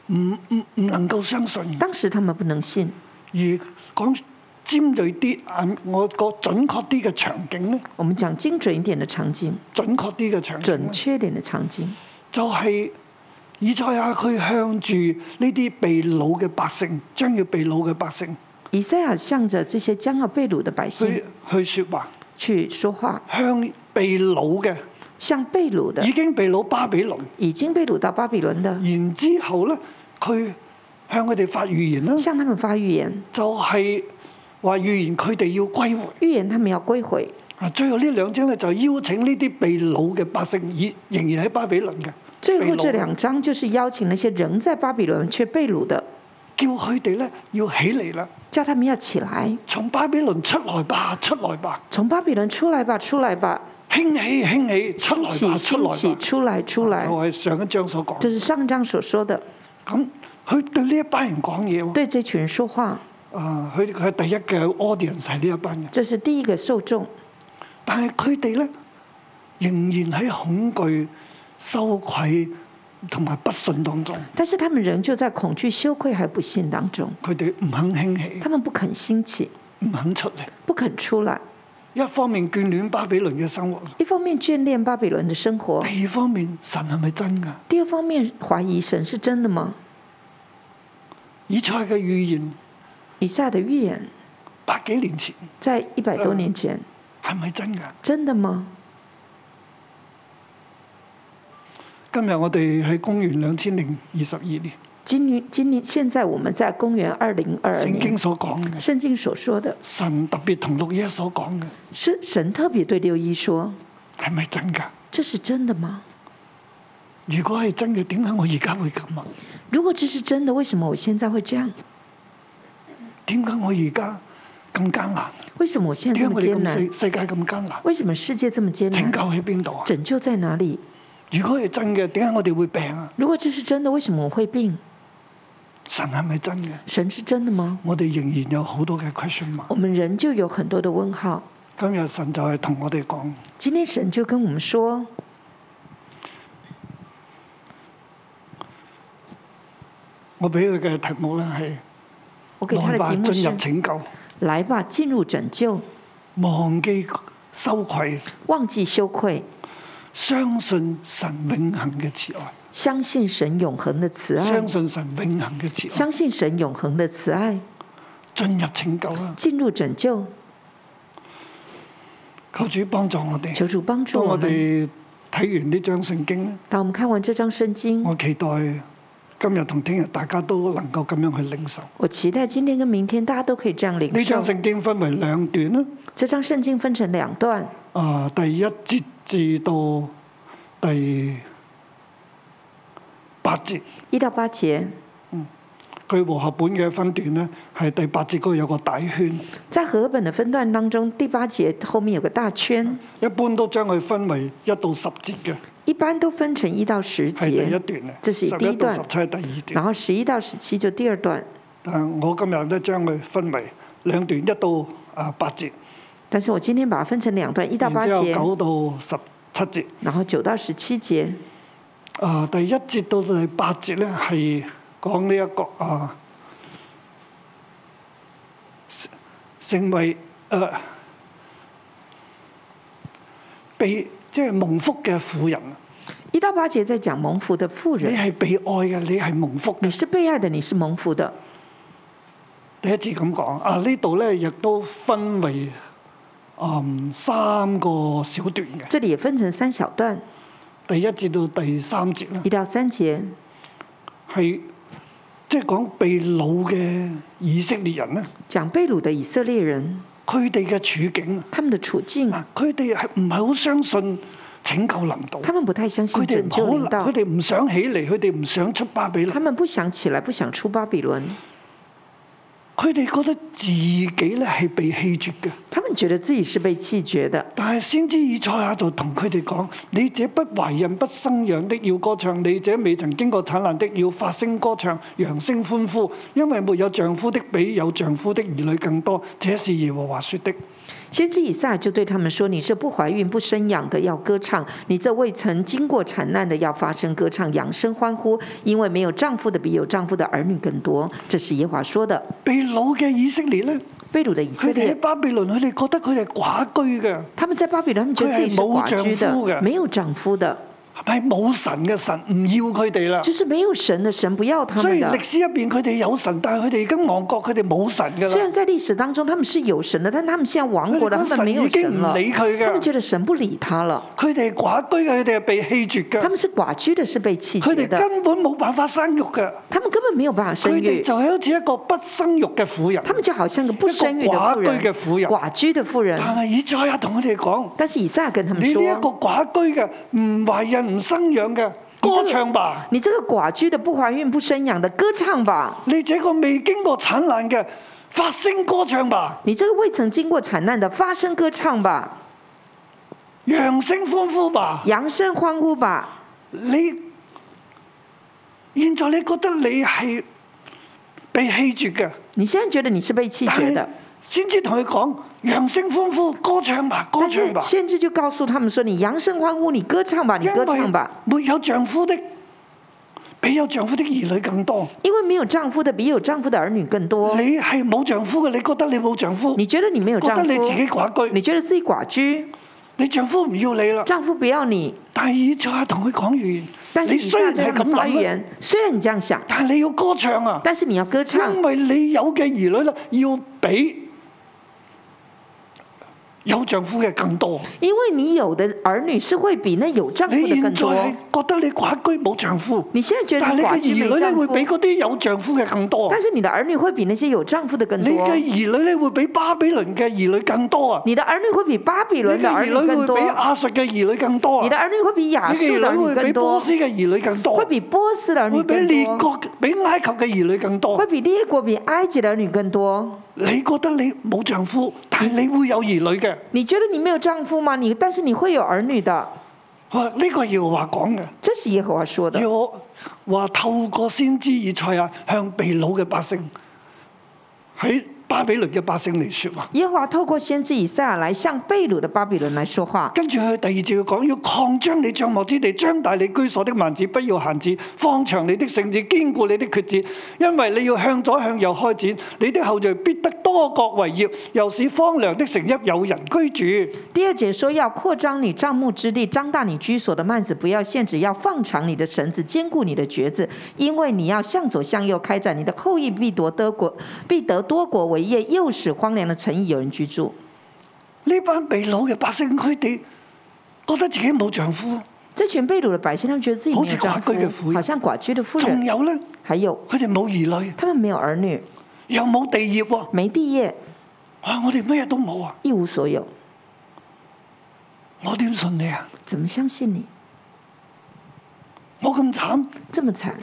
[SPEAKER 2] 唔唔唔能夠相信，
[SPEAKER 3] 当时他们不能信，
[SPEAKER 2] 而講尖鋭啲啊，我個準確啲嘅場景咧，
[SPEAKER 3] 我们讲精准一点的场景，
[SPEAKER 2] 準確啲嘅場景
[SPEAKER 3] 准
[SPEAKER 2] 呢
[SPEAKER 3] 确一点的场景，
[SPEAKER 2] 就係、以賽亞佢向住呢啲被擄嘅百姓，將要被擄嘅百姓
[SPEAKER 3] 以赛亚向着这些将要被掳的百
[SPEAKER 2] 去
[SPEAKER 3] 姓
[SPEAKER 2] 去説話，
[SPEAKER 3] 去说话，
[SPEAKER 2] 向被擄嘅
[SPEAKER 3] 向被掳的
[SPEAKER 2] 已經被擄巴比倫，
[SPEAKER 3] 已经被掳到巴比伦的，
[SPEAKER 2] 然之後咧佢向佢哋發預言啦，
[SPEAKER 3] 向他们发预言，
[SPEAKER 2] 就係話預言佢哋要歸回。
[SPEAKER 3] 预言他们要归回。
[SPEAKER 2] 啊，最後呢兩章咧就邀請呢啲被掳嘅百姓，以仍然喺巴比倫嘅，
[SPEAKER 3] 最后
[SPEAKER 2] 被
[SPEAKER 3] 这
[SPEAKER 2] 掳
[SPEAKER 3] 两章就是邀请那些仍在巴比伦却被掳的，
[SPEAKER 2] 叫佢哋咧要起嚟啦，
[SPEAKER 3] 叫他们要起来，
[SPEAKER 2] 從巴比倫出來吧，出來吧，
[SPEAKER 3] 从巴比伦出来吧，出来吧，
[SPEAKER 2] 興起興起，出
[SPEAKER 3] 兴
[SPEAKER 2] 來
[SPEAKER 3] 起
[SPEAKER 2] 吧出
[SPEAKER 3] 兴
[SPEAKER 2] 來
[SPEAKER 3] 起，
[SPEAKER 2] 吧，
[SPEAKER 3] 出来出来
[SPEAKER 2] 就。係上一章所講。
[SPEAKER 3] 这是上章所说的，
[SPEAKER 2] 咁佢對呢一班人講嘢喎，
[SPEAKER 3] 对这群人说话，
[SPEAKER 2] 啊，佢佢係第一嘅 audience 係呢一班人，
[SPEAKER 3] 这是第一个受众。
[SPEAKER 2] 但係佢哋咧仍然喺恐懼、羞愧同埋不信當中，
[SPEAKER 3] 但是他们仍旧在恐惧、羞愧还有不信当中，
[SPEAKER 2] 佢哋唔肯興起，
[SPEAKER 3] 他们不肯兴起，
[SPEAKER 2] 唔肯出嚟。
[SPEAKER 3] 不肯出来。
[SPEAKER 2] 一方面眷戀巴比倫嘅生活，
[SPEAKER 3] 一方面眷恋巴比伦的生活，
[SPEAKER 2] 第二方面神係咪真㗎？
[SPEAKER 3] 第二方面怀疑神是真的吗？
[SPEAKER 2] 以賽嘅預言
[SPEAKER 3] 以赛亚的预言
[SPEAKER 2] 百幾年前
[SPEAKER 3] 在一百多年前
[SPEAKER 2] 係咪真㗎？
[SPEAKER 3] 真的吗？
[SPEAKER 2] 今日我哋喺公元兩千零二十二年，
[SPEAKER 3] 今年今年現在我們在公元二零二二
[SPEAKER 2] 聖
[SPEAKER 3] 年
[SPEAKER 2] 經，所講嘅，
[SPEAKER 3] 聖經所說的
[SPEAKER 2] 神特別同六一所講嘅
[SPEAKER 3] 是神特別對六一說：
[SPEAKER 2] 係咪真㗎？
[SPEAKER 3] 這是真的嗎？
[SPEAKER 2] 如果係真嘅，點解我而家會咁啊？
[SPEAKER 3] 如果這是真的，為什麼我現在會這樣？
[SPEAKER 2] 點解我而家咁艱難？
[SPEAKER 3] 為什麼我現在
[SPEAKER 2] 點解
[SPEAKER 3] 這麼
[SPEAKER 2] 我哋咁
[SPEAKER 3] 艱難？
[SPEAKER 2] 世世界咁艱難？
[SPEAKER 3] 為什麼世界這麼艱
[SPEAKER 2] 拯
[SPEAKER 3] 難
[SPEAKER 2] 救？喺邊度啊？
[SPEAKER 3] 拯救在哪裡？
[SPEAKER 2] 如果係真嘅，點解我哋會病啊？
[SPEAKER 3] 如果這是真的，為什麼我會病？
[SPEAKER 2] 神係咪真嘅？
[SPEAKER 3] 神是真的嗎？
[SPEAKER 2] 我哋仍然有好多嘅 question mark。
[SPEAKER 3] 我們仍舊有很多的問號。
[SPEAKER 2] 今日神就係同我哋講，
[SPEAKER 3] 今天神就跟我們說，
[SPEAKER 2] 我俾佢嘅題目咧係
[SPEAKER 3] 我給他
[SPEAKER 2] 來
[SPEAKER 3] 的
[SPEAKER 2] 吧，
[SPEAKER 3] 題目
[SPEAKER 2] 進入
[SPEAKER 3] 是
[SPEAKER 2] 拯救，
[SPEAKER 3] “來吧，進入拯救，
[SPEAKER 2] 忘記羞愧，
[SPEAKER 3] 忘記羞愧，
[SPEAKER 2] 相信神永恆嘅慈愛，
[SPEAKER 3] 相信神永恆的慈愛
[SPEAKER 2] 相。”信神永恆嘅慈愛，
[SPEAKER 3] 相信神永恒的慈愛，
[SPEAKER 2] 進入拯救啦！
[SPEAKER 3] 进入拯救。
[SPEAKER 2] 求主幫助我哋。
[SPEAKER 3] 求主幫助
[SPEAKER 2] 當
[SPEAKER 3] 我
[SPEAKER 2] 我
[SPEAKER 3] 們。
[SPEAKER 2] 哋睇完呢張聖經咧，
[SPEAKER 3] 當我們看完這張聖經，
[SPEAKER 2] 我期待今日同聽日大家都能夠咁樣去領受。
[SPEAKER 3] 我期待今天跟明天大家都可以這樣
[SPEAKER 2] 呢張
[SPEAKER 3] 領受。
[SPEAKER 2] 聖經分為兩段啦，
[SPEAKER 3] 這張聖經分成兩段，
[SPEAKER 2] 啊，第一節至到第八節，
[SPEAKER 3] 一到八節。
[SPEAKER 2] 佢和合本嘅分段咧係第八節嗰度有個大圈，
[SPEAKER 3] 在和合本的分段當中，第八節後面有個大圈，
[SPEAKER 2] 一般都將佢分為一到十節嘅，
[SPEAKER 3] 一般都分成一到十
[SPEAKER 2] 係哎第一
[SPEAKER 3] 節，
[SPEAKER 2] 段
[SPEAKER 3] 即
[SPEAKER 2] 嘅，
[SPEAKER 3] 是
[SPEAKER 2] 十
[SPEAKER 3] 第一
[SPEAKER 2] 一到
[SPEAKER 3] 段
[SPEAKER 2] 十七係第二
[SPEAKER 3] 然
[SPEAKER 2] 段。
[SPEAKER 3] 後十一到十七就第二段。
[SPEAKER 2] 但係我今日咧將佢分為兩段，一到啊八節，
[SPEAKER 3] 但是我今天把它分成兩段，一到
[SPEAKER 2] 然
[SPEAKER 3] 八
[SPEAKER 2] 之後
[SPEAKER 3] 節，
[SPEAKER 2] 九到十七節。
[SPEAKER 3] 然後九到十七節。
[SPEAKER 2] 啊，第一節到第八節咧係講呢、一個啊，成成為誒、呃被即係蒙福嘅婦人。
[SPEAKER 3] 一到八節在講蒙福的婦
[SPEAKER 2] 你
[SPEAKER 3] 人，
[SPEAKER 2] 係被愛嘅，你係蒙福
[SPEAKER 3] 你
[SPEAKER 2] 嘅。
[SPEAKER 3] 是被愛的，你是蒙福的。
[SPEAKER 2] 第一節咁講啊，呢度咧亦都分為嗯三個小段嘅。
[SPEAKER 3] 這裡也分成三小段，
[SPEAKER 2] 第一節到第三節咧
[SPEAKER 3] 一到三節
[SPEAKER 2] 係即係講被擄嘅以色列人咧，
[SPEAKER 3] 講被掳的以色列人
[SPEAKER 2] 佢哋嘅處境啊。
[SPEAKER 3] 他們的處境，
[SPEAKER 2] 嗱，佢哋係唔係好相信拯救臨到？
[SPEAKER 3] 他們不太相信
[SPEAKER 2] 佢哋
[SPEAKER 3] 拯
[SPEAKER 2] 唔
[SPEAKER 3] 救領
[SPEAKER 2] 好，
[SPEAKER 3] 導
[SPEAKER 2] 佢，哋唔想起嚟，佢哋唔想出巴比
[SPEAKER 3] 他
[SPEAKER 2] 倫，
[SPEAKER 3] 們不想起來，不想出巴比倫，
[SPEAKER 2] 佢哋覺得自己咧係被棄絕嘅。
[SPEAKER 3] 他們覺得自己是被棄絕的。
[SPEAKER 2] 但係先知以賽亞就同佢哋講：你這不懷孕不生養的要歌唱，你這未曾經過產難的要發聲歌唱，揚聲歡呼，因為沒有丈夫的比有丈夫的兒女更多。這是耶和華說的。
[SPEAKER 3] 先知以撒就對他們說：“你这不懷孕不生養的要歌唱，你这未曾经过产难的要发声歌唱，扬声欢呼，因为没有丈夫的比有丈夫的儿女更多。”这是耶和华说的。
[SPEAKER 2] 被擄嘅以色列呢，
[SPEAKER 3] 被掳的以色
[SPEAKER 2] 佢哋喺
[SPEAKER 3] 列，
[SPEAKER 2] 巴比倫，佢哋覺得佢哋係寡居嘅。
[SPEAKER 3] 他們在巴比倫，他們覺得自己是
[SPEAKER 2] 佢係冇
[SPEAKER 3] 寡居
[SPEAKER 2] 丈夫
[SPEAKER 3] 的，
[SPEAKER 2] 嘅
[SPEAKER 3] 沒有丈夫的，
[SPEAKER 2] 係咪冇神嘅神唔要佢哋啦？
[SPEAKER 3] 就是没有神的神不要他
[SPEAKER 2] 雖
[SPEAKER 3] 们
[SPEAKER 2] 然
[SPEAKER 3] 的
[SPEAKER 2] 歷。史入邊佢哋有神，但係佢哋已經亡國，佢哋冇神噶
[SPEAKER 3] 虽
[SPEAKER 2] 啦
[SPEAKER 3] 然。在历史当中他们是有神的，但他们现在亡国了，
[SPEAKER 2] 佢哋
[SPEAKER 3] 他
[SPEAKER 2] 覺得
[SPEAKER 3] 们没有
[SPEAKER 2] 神已經
[SPEAKER 3] 神
[SPEAKER 2] 唔
[SPEAKER 3] 了，
[SPEAKER 2] 理佢嘅
[SPEAKER 3] 他们觉得神不理他了，
[SPEAKER 2] 佢哋寡居嘅，佢哋係被棄絕
[SPEAKER 3] 他
[SPEAKER 2] 嘅，
[SPEAKER 3] 们是寡居的，是被弃
[SPEAKER 2] 佢
[SPEAKER 3] 绝
[SPEAKER 2] 哋
[SPEAKER 3] 的，
[SPEAKER 2] 根本冇辦法生育嘅，
[SPEAKER 3] 他们根本没有办法生
[SPEAKER 2] 佢哋
[SPEAKER 3] 育，
[SPEAKER 2] 就係好似一個不生育嘅婦人
[SPEAKER 3] 他。们就好像个不生育
[SPEAKER 2] 一個
[SPEAKER 3] 的妇
[SPEAKER 2] 寡
[SPEAKER 3] 人
[SPEAKER 2] 居嘅婦人，
[SPEAKER 3] 寡居的妇人。
[SPEAKER 2] 但係以賽亞同佢哋講：
[SPEAKER 3] 但是以撒跟他们
[SPEAKER 2] 你呢一個
[SPEAKER 3] 说
[SPEAKER 2] 寡居嘅，唔懷孕唔生養嘅，歌唱吧；：“
[SPEAKER 3] 你这个寡居的、不怀孕、不生养的，歌唱吧；
[SPEAKER 2] 你這個未經過產難嘅，發聲歌唱吧，
[SPEAKER 3] 你这个未曾经过产难的，发声歌唱吧，
[SPEAKER 2] 揚聲歡呼吧。
[SPEAKER 3] 扬声欢呼吧。
[SPEAKER 2] 你現在你覺得你係被棄絕嘅，”
[SPEAKER 3] 你现在觉得你是被弃
[SPEAKER 2] 但
[SPEAKER 3] 绝
[SPEAKER 2] 係
[SPEAKER 3] 的，
[SPEAKER 2] 先至同佢講揚聲歡呼，歌唱吧，歌
[SPEAKER 3] 但
[SPEAKER 2] 唱
[SPEAKER 3] 是
[SPEAKER 2] 吧，
[SPEAKER 3] 先知就告诉他们说：“你扬声欢呼，你歌唱吧，你
[SPEAKER 2] 因
[SPEAKER 3] 歌
[SPEAKER 2] 為
[SPEAKER 3] 唱吧，
[SPEAKER 2] 沒有丈夫的比有丈夫的兒女更多。
[SPEAKER 3] 因为没有丈夫的比有丈夫的儿女更多。
[SPEAKER 2] 你係冇丈夫嘅，你覺得你冇丈夫，
[SPEAKER 3] 你觉得你没有
[SPEAKER 2] 覺
[SPEAKER 3] 丈
[SPEAKER 2] 得
[SPEAKER 3] 夫，
[SPEAKER 2] 你自己寡居
[SPEAKER 3] 你，觉得自己寡居，
[SPEAKER 2] 你丈夫唔要你啦。
[SPEAKER 3] 丈夫不要你。
[SPEAKER 2] 但係以賽亞同佢講預言，
[SPEAKER 3] 但是
[SPEAKER 2] 你
[SPEAKER 3] 以撒
[SPEAKER 2] 雖然
[SPEAKER 3] 对
[SPEAKER 2] 係
[SPEAKER 3] 他
[SPEAKER 2] 咁
[SPEAKER 3] 们发预
[SPEAKER 2] 諗啦，
[SPEAKER 3] 言，虽然你这样想，
[SPEAKER 2] 但係你要歌唱啊，
[SPEAKER 3] 但是你要歌唱
[SPEAKER 2] 因，為你有嘅兒女咧，要比有丈夫嘅更多。
[SPEAKER 3] 因为你有的儿女是会比那有丈
[SPEAKER 2] 你
[SPEAKER 3] 夫的
[SPEAKER 2] 現在
[SPEAKER 3] 更多。
[SPEAKER 2] 係覺得你寡居冇丈夫，
[SPEAKER 3] 你现在觉
[SPEAKER 2] 但
[SPEAKER 3] 得
[SPEAKER 2] 係你嘅
[SPEAKER 3] 寡
[SPEAKER 2] 兒
[SPEAKER 3] 居
[SPEAKER 2] 女
[SPEAKER 3] 没
[SPEAKER 2] 咧
[SPEAKER 3] 丈
[SPEAKER 2] 會
[SPEAKER 3] 夫
[SPEAKER 2] 比，嗰啲有丈夫嘅更多
[SPEAKER 3] 但。是你的儿女会比那些有丈夫的更
[SPEAKER 2] 你
[SPEAKER 3] 多
[SPEAKER 2] 嘅，兒女咧會比巴比倫嘅兒女更多啊！
[SPEAKER 3] 你的儿女会比巴比
[SPEAKER 2] 你嘅
[SPEAKER 3] 伦的
[SPEAKER 2] 兒
[SPEAKER 3] 儿女
[SPEAKER 2] 女會
[SPEAKER 3] 更多
[SPEAKER 2] 比，亞述嘅兒女更多
[SPEAKER 3] 你的
[SPEAKER 2] 啊！
[SPEAKER 3] 儿女会比亚
[SPEAKER 2] 你嘅
[SPEAKER 3] 述
[SPEAKER 2] 兒
[SPEAKER 3] 的
[SPEAKER 2] 女
[SPEAKER 3] 儿女
[SPEAKER 2] 會
[SPEAKER 3] 更
[SPEAKER 2] 比波
[SPEAKER 3] 多
[SPEAKER 2] 斯，嘅兒女更多
[SPEAKER 3] 会，比波斯的儿女
[SPEAKER 2] 會比
[SPEAKER 3] 更
[SPEAKER 2] 列
[SPEAKER 3] 多，
[SPEAKER 2] 國、比埃及嘅兒女更多
[SPEAKER 3] 会。比列国、比埃及的儿女更多。
[SPEAKER 2] 你覺得你冇丈夫，但係你會有兒女嘅。
[SPEAKER 3] 你觉得你没有丈夫吗？你但是你会有儿女的，
[SPEAKER 2] 哇！呢個係耶和華講嘅，
[SPEAKER 3] 这是耶和华说的。
[SPEAKER 2] 耶和華透過先知以賽亞向被掳嘅百姓，喺巴比倫嘅百姓嚟説話。
[SPEAKER 3] 耶和华透过先知以赛亚来向被掳的巴比伦来说话。
[SPEAKER 2] 跟住佢第二節要講，要擴張你帳幕之地，張大你居所的幔子，不要限制，放長你的繩子，堅固你的橛子，因為你要向左向右開展，你的後裔必得多國為業，又使荒涼的城邑有人居住。
[SPEAKER 3] 第二节说要扩张你帐幕之地，张大你居所的幔子，不要限制，要放长你的绳子，坚固你的橛子，因为你要向左向右开展，你的后裔必夺得国，必得多国为业，又使荒凉的城邑有人居住。
[SPEAKER 2] 呢班被掳嘅百姓，佢哋覺得自己冇丈夫，
[SPEAKER 3] 这群被掳的百姓，他们觉得自己没有丈
[SPEAKER 2] 好似寡居嘅婦
[SPEAKER 3] 夫，
[SPEAKER 2] 人
[SPEAKER 3] 好像寡居的妇
[SPEAKER 2] 仲
[SPEAKER 3] 人，
[SPEAKER 2] 有咧，
[SPEAKER 3] 还有
[SPEAKER 2] 佢哋冇兒女，
[SPEAKER 3] 他们没有儿女，
[SPEAKER 2] 又冇地業喎、
[SPEAKER 3] 没地业，
[SPEAKER 2] 啊！我哋咩都冇啊！
[SPEAKER 3] 一无所有，
[SPEAKER 2] 我點信你啊？
[SPEAKER 3] 怎么相信你？
[SPEAKER 2] 我咁慘，
[SPEAKER 3] 这么惨，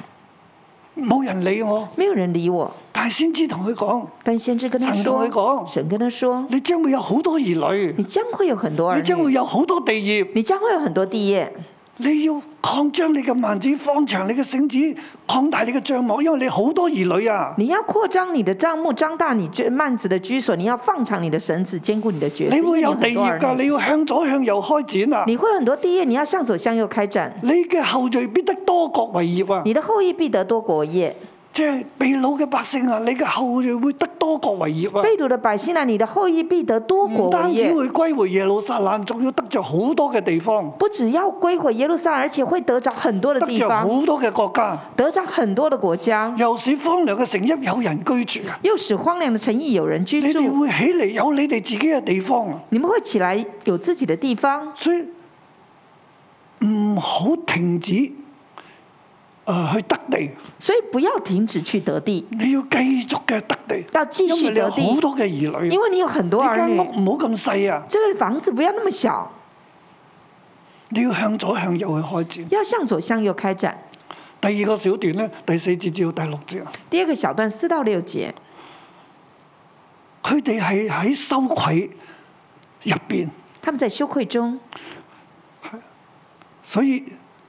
[SPEAKER 2] 冇人理我。
[SPEAKER 3] 没有人理我。
[SPEAKER 2] 但係先知同佢講，
[SPEAKER 3] 但先知跟他
[SPEAKER 2] 神同佢
[SPEAKER 3] 说，
[SPEAKER 2] 講
[SPEAKER 3] 神跟他说，
[SPEAKER 2] 你將會有好多兒
[SPEAKER 3] 你
[SPEAKER 2] 女，
[SPEAKER 3] 将会有很多儿
[SPEAKER 2] 你將會
[SPEAKER 3] 女，
[SPEAKER 2] 有好多地業，
[SPEAKER 3] 你将会有很多地业，
[SPEAKER 2] 你要擴張你嘅幔子，放長你嘅繩子，擴大你嘅帳幕，因為你好多兒女啊！
[SPEAKER 3] 你要扩张你的帐幕，张大你居幔子的居所，你要放长你的绳子，坚固你的橛子。
[SPEAKER 2] 你會有
[SPEAKER 3] 因
[SPEAKER 2] 地
[SPEAKER 3] 为你
[SPEAKER 2] 業
[SPEAKER 3] 很多
[SPEAKER 2] 㗎，
[SPEAKER 3] 儿女
[SPEAKER 2] 你要向左向右開展啊！
[SPEAKER 3] 你会有很多地业，你要向左向右开展，
[SPEAKER 2] 你嘅後裔必得多國為業啊！
[SPEAKER 3] 你的后裔必得多国业。
[SPEAKER 2] 即係被掳嘅百姓啊，你嘅後裔會得多國為業啊！
[SPEAKER 3] 被掳的百姓啊，你的后裔必得多国
[SPEAKER 2] 唔
[SPEAKER 3] 为
[SPEAKER 2] 單止
[SPEAKER 3] 业。
[SPEAKER 2] 會歸回耶路撒冷，仲要得着好多嘅地方，
[SPEAKER 3] 不只要归回耶路撒冷，而且会得着很多的
[SPEAKER 2] 得
[SPEAKER 3] 地
[SPEAKER 2] 着好
[SPEAKER 3] 方，
[SPEAKER 2] 多嘅國家，
[SPEAKER 3] 得着很多的国家，
[SPEAKER 2] 又使荒涼嘅城邑有人居住啊！
[SPEAKER 3] 又使荒凉的城邑有人居
[SPEAKER 2] 你哋
[SPEAKER 3] 住。
[SPEAKER 2] 會起嚟有你哋自己嘅地方啊！
[SPEAKER 3] 你们会起来有自己的地方，
[SPEAKER 2] 所以唔好停止誒、呃去得地，
[SPEAKER 3] 所以不要停止去得地，
[SPEAKER 2] 你要繼續嘅得地，
[SPEAKER 3] 要继
[SPEAKER 2] 因
[SPEAKER 3] 续
[SPEAKER 2] 為你有
[SPEAKER 3] 得
[SPEAKER 2] 好
[SPEAKER 3] 地，
[SPEAKER 2] 多嘅兒女
[SPEAKER 3] 因，為你有很多
[SPEAKER 2] 你
[SPEAKER 3] 儿
[SPEAKER 2] 間
[SPEAKER 3] 女
[SPEAKER 2] 屋。唔好咁細啊！
[SPEAKER 3] 这个房子不要那么小，
[SPEAKER 2] 你要向左向右去開展。
[SPEAKER 3] 要向左向右开展。
[SPEAKER 2] 第二個小段咧，第四節至到第六節啊，
[SPEAKER 3] 第二个小段四到六节，
[SPEAKER 2] 佢哋係喺羞愧入邊，
[SPEAKER 3] 他们在羞愧中，
[SPEAKER 2] 所以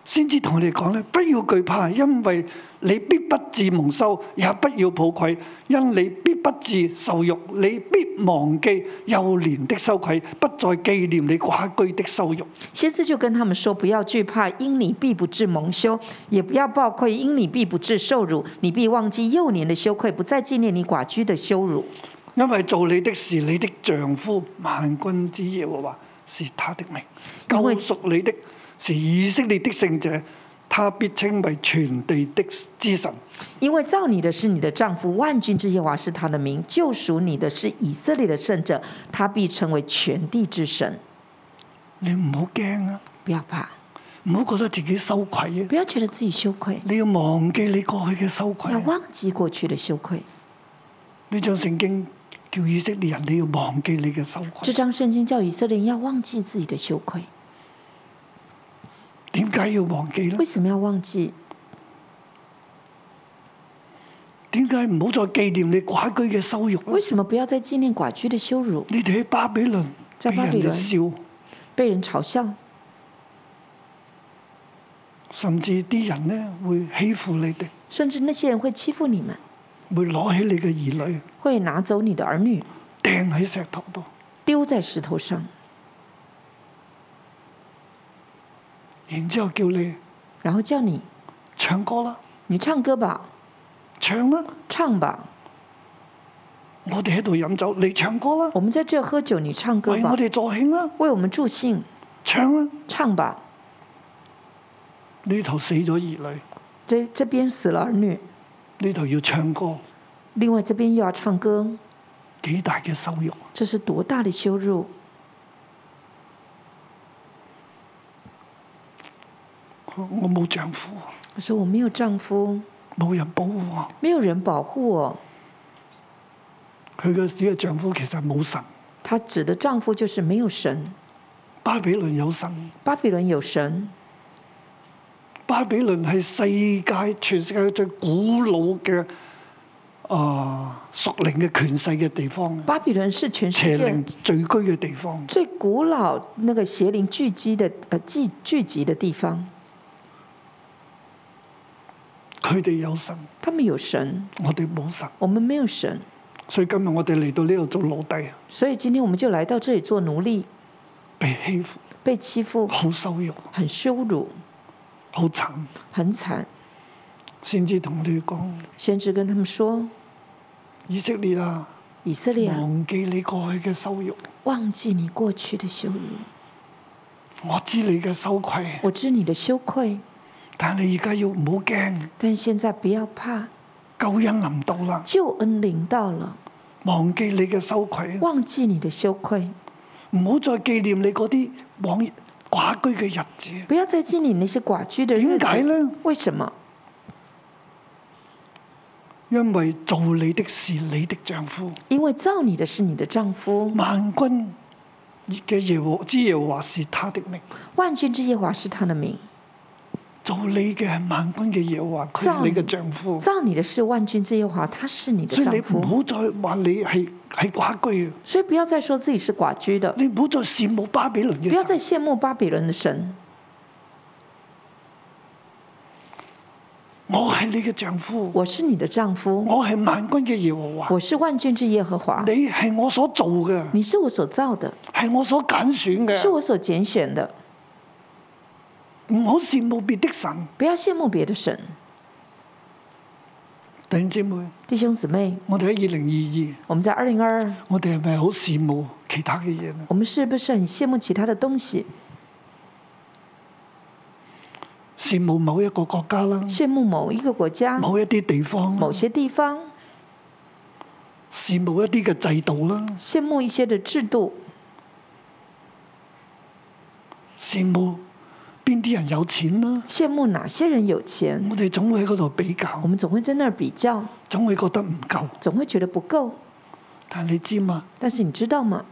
[SPEAKER 2] 先至同佢哋講咧，不要懼怕，因為你必不至蒙羞，也不要抱愧，因你必不至受辱，你必忘記幼年的羞愧，不再紀念你寡居的羞辱。
[SPEAKER 3] 先知就跟他们说：不要惧怕，因你必不至蒙羞；也不要抱愧，因你必不至受辱。你必忘记幼年的羞愧，不再纪念你寡居的羞辱。
[SPEAKER 2] 因為做你的是你的丈夫，萬軍之耶和華是他的名，救
[SPEAKER 3] 因為
[SPEAKER 2] 贖你的是以色列的聖者，他必稱為全地的之神。
[SPEAKER 3] 因为造你的是你的丈夫，万军之耶和华是他的名；救赎你的是以色列的圣者，他必成为全地之神。
[SPEAKER 2] 你唔好驚啊，
[SPEAKER 3] 不要怕，
[SPEAKER 2] 唔好覺得自己羞愧啊！
[SPEAKER 3] 不要觉得自己羞愧，
[SPEAKER 2] 你要忘記你過去嘅羞愧
[SPEAKER 3] 要
[SPEAKER 2] 啊。
[SPEAKER 3] 忘记过去的羞愧。
[SPEAKER 2] 呢張聖經叫以色列人，你要忘記你嘅羞
[SPEAKER 3] 这
[SPEAKER 2] 愧。
[SPEAKER 3] 张圣经叫以色列人要忘记自己的羞愧，
[SPEAKER 2] 點解要忘記呢
[SPEAKER 3] 为？什么要忘记？
[SPEAKER 2] 點解唔好再紀念你寡居嘅羞辱
[SPEAKER 3] 为
[SPEAKER 2] 呢？
[SPEAKER 3] 什么不要再纪念寡居的羞辱，
[SPEAKER 2] 你哋喺巴比倫
[SPEAKER 3] 在
[SPEAKER 2] 俾
[SPEAKER 3] 巴
[SPEAKER 2] 人
[SPEAKER 3] 比
[SPEAKER 2] 哋
[SPEAKER 3] 倫
[SPEAKER 2] 笑，
[SPEAKER 3] 被人嘲笑，
[SPEAKER 2] 甚至啲人呢會欺負你哋，
[SPEAKER 3] 甚至那些人会欺负你们，
[SPEAKER 2] 會攞起你嘅兒女
[SPEAKER 3] 会拿走你的儿女，
[SPEAKER 2] 掟喺石頭度。
[SPEAKER 3] 丢在石头上，
[SPEAKER 2] 然之後叫你
[SPEAKER 3] 然后叫你
[SPEAKER 2] 唱歌啦，
[SPEAKER 3] 你唱歌吧，
[SPEAKER 2] 唱啦，
[SPEAKER 3] 唱吧，
[SPEAKER 2] 我哋喺度飲酒，你唱歌啦，
[SPEAKER 3] 我们在这喝酒，你唱歌
[SPEAKER 2] 為
[SPEAKER 3] 吧
[SPEAKER 2] 哎我，哋助興啦，
[SPEAKER 3] 为我们助兴，
[SPEAKER 2] 唱啦。
[SPEAKER 3] 唱吧。
[SPEAKER 2] 呢頭死咗兒女，
[SPEAKER 3] 这这边死了儿女，
[SPEAKER 2] 呢頭要唱歌，
[SPEAKER 3] 另外这边又要唱歌，
[SPEAKER 2] 幾大嘅羞辱！
[SPEAKER 3] 这是多大的羞辱！
[SPEAKER 2] 我冇丈夫，
[SPEAKER 3] 我说我没有丈夫，
[SPEAKER 2] 冇人保護我。
[SPEAKER 3] 没有人保护哦我。
[SPEAKER 2] 佢嘅只嘅丈夫其實係冇神，
[SPEAKER 3] 她指的丈夫就是没有神。
[SPEAKER 2] 巴比倫有神，
[SPEAKER 3] 巴比伦有神，
[SPEAKER 2] 巴比倫係世界全世界最古老嘅啊屬靈嘅權勢嘅地方，
[SPEAKER 3] 巴比伦是全世
[SPEAKER 2] 邪靈
[SPEAKER 3] 界
[SPEAKER 2] 聚居嘅地方。
[SPEAKER 3] 最古老那个邪灵聚集的呃聚聚集的地方。
[SPEAKER 2] 佢哋有神，
[SPEAKER 3] 他们有神，
[SPEAKER 2] 我哋冇神，
[SPEAKER 3] 我们没有神，
[SPEAKER 2] 所以今日我哋嚟到呢度做奴隸，
[SPEAKER 3] 所以今天我们就来到这里做奴隶，
[SPEAKER 2] 被欺負。
[SPEAKER 3] 被欺负，
[SPEAKER 2] 好羞辱，
[SPEAKER 3] 很羞辱，
[SPEAKER 2] 好慘，
[SPEAKER 3] 很惨。
[SPEAKER 2] 先至同你講
[SPEAKER 3] 先知跟他们说：
[SPEAKER 2] 以色列啊，
[SPEAKER 3] 以色列啊，
[SPEAKER 2] 忘記你過去嘅羞辱，
[SPEAKER 3] 忘记你过去的羞辱，
[SPEAKER 2] 我知你嘅羞愧，
[SPEAKER 3] 我知你的羞愧，
[SPEAKER 2] 但你而家要唔好驚，
[SPEAKER 3] 但现在不要怕，
[SPEAKER 2] 救恩臨到啦，
[SPEAKER 3] 救恩临到了，
[SPEAKER 2] 忘記你嘅羞愧，啊
[SPEAKER 3] 忘记你的羞愧，
[SPEAKER 2] 唔好再紀念你嗰啲往寡居嘅日子。
[SPEAKER 3] 不要再纪念那些寡居的日
[SPEAKER 2] 點解
[SPEAKER 3] 子。
[SPEAKER 2] 呢？
[SPEAKER 3] 为什么？
[SPEAKER 2] 因為做你的是你的丈夫，
[SPEAKER 3] 因为造你的是你的丈夫，
[SPEAKER 2] 萬軍嘅耶和之耶和華是他的名。
[SPEAKER 3] 万军之耶和华是他的名。
[SPEAKER 2] 做你嘅係萬軍嘅耶和華，佢係你嘅丈夫，
[SPEAKER 3] 造你的是万军之耶和华，他是你的
[SPEAKER 2] 所以
[SPEAKER 3] 丈
[SPEAKER 2] 你唔
[SPEAKER 3] 夫。
[SPEAKER 2] 好再話你係係寡居啊！
[SPEAKER 3] 所以不要再说自己是寡居的，
[SPEAKER 2] 你唔好再羨慕巴比倫
[SPEAKER 3] 不要
[SPEAKER 2] 嘅
[SPEAKER 3] 再
[SPEAKER 2] 神，
[SPEAKER 3] 羡慕巴比伦的神。
[SPEAKER 2] 我係你嘅丈夫，
[SPEAKER 3] 我是你的丈夫，
[SPEAKER 2] 我係萬軍嘅耶和華，
[SPEAKER 3] 我是万军之耶和华。
[SPEAKER 2] 你係我所做嘅，
[SPEAKER 3] 你是我所造的，
[SPEAKER 2] 係我所揀選
[SPEAKER 3] 是
[SPEAKER 2] 嘅，
[SPEAKER 3] 我所拣选的。
[SPEAKER 2] 唔好羨慕別的神。
[SPEAKER 3] 不要羡慕别的神，
[SPEAKER 2] 弟兄姊妹，
[SPEAKER 3] 弟兄姊妹，
[SPEAKER 2] 我哋喺二零二
[SPEAKER 3] 我们在二零二二，
[SPEAKER 2] 二，我哋係咪好羨慕其他嘅嘢呢？
[SPEAKER 3] 我们是不是很羡慕其他的东西？
[SPEAKER 2] 羨慕某一個國家啦，
[SPEAKER 3] 羡慕某一个国家、
[SPEAKER 2] 某一啲地方啦
[SPEAKER 3] 某，些地方，
[SPEAKER 2] 羨慕一啲嘅制度啦，
[SPEAKER 3] 羡慕一些的制度，
[SPEAKER 2] 羨慕邊啲人有錢啦，
[SPEAKER 3] 羡慕哪些人有钱。
[SPEAKER 2] 我哋總會喺嗰度比
[SPEAKER 3] 我
[SPEAKER 2] 較，
[SPEAKER 3] 们总会在那儿比较，
[SPEAKER 2] 總會覺得唔夠。
[SPEAKER 3] 总会觉得不够。
[SPEAKER 2] 但係你知嘛？
[SPEAKER 3] 但是你知道吗？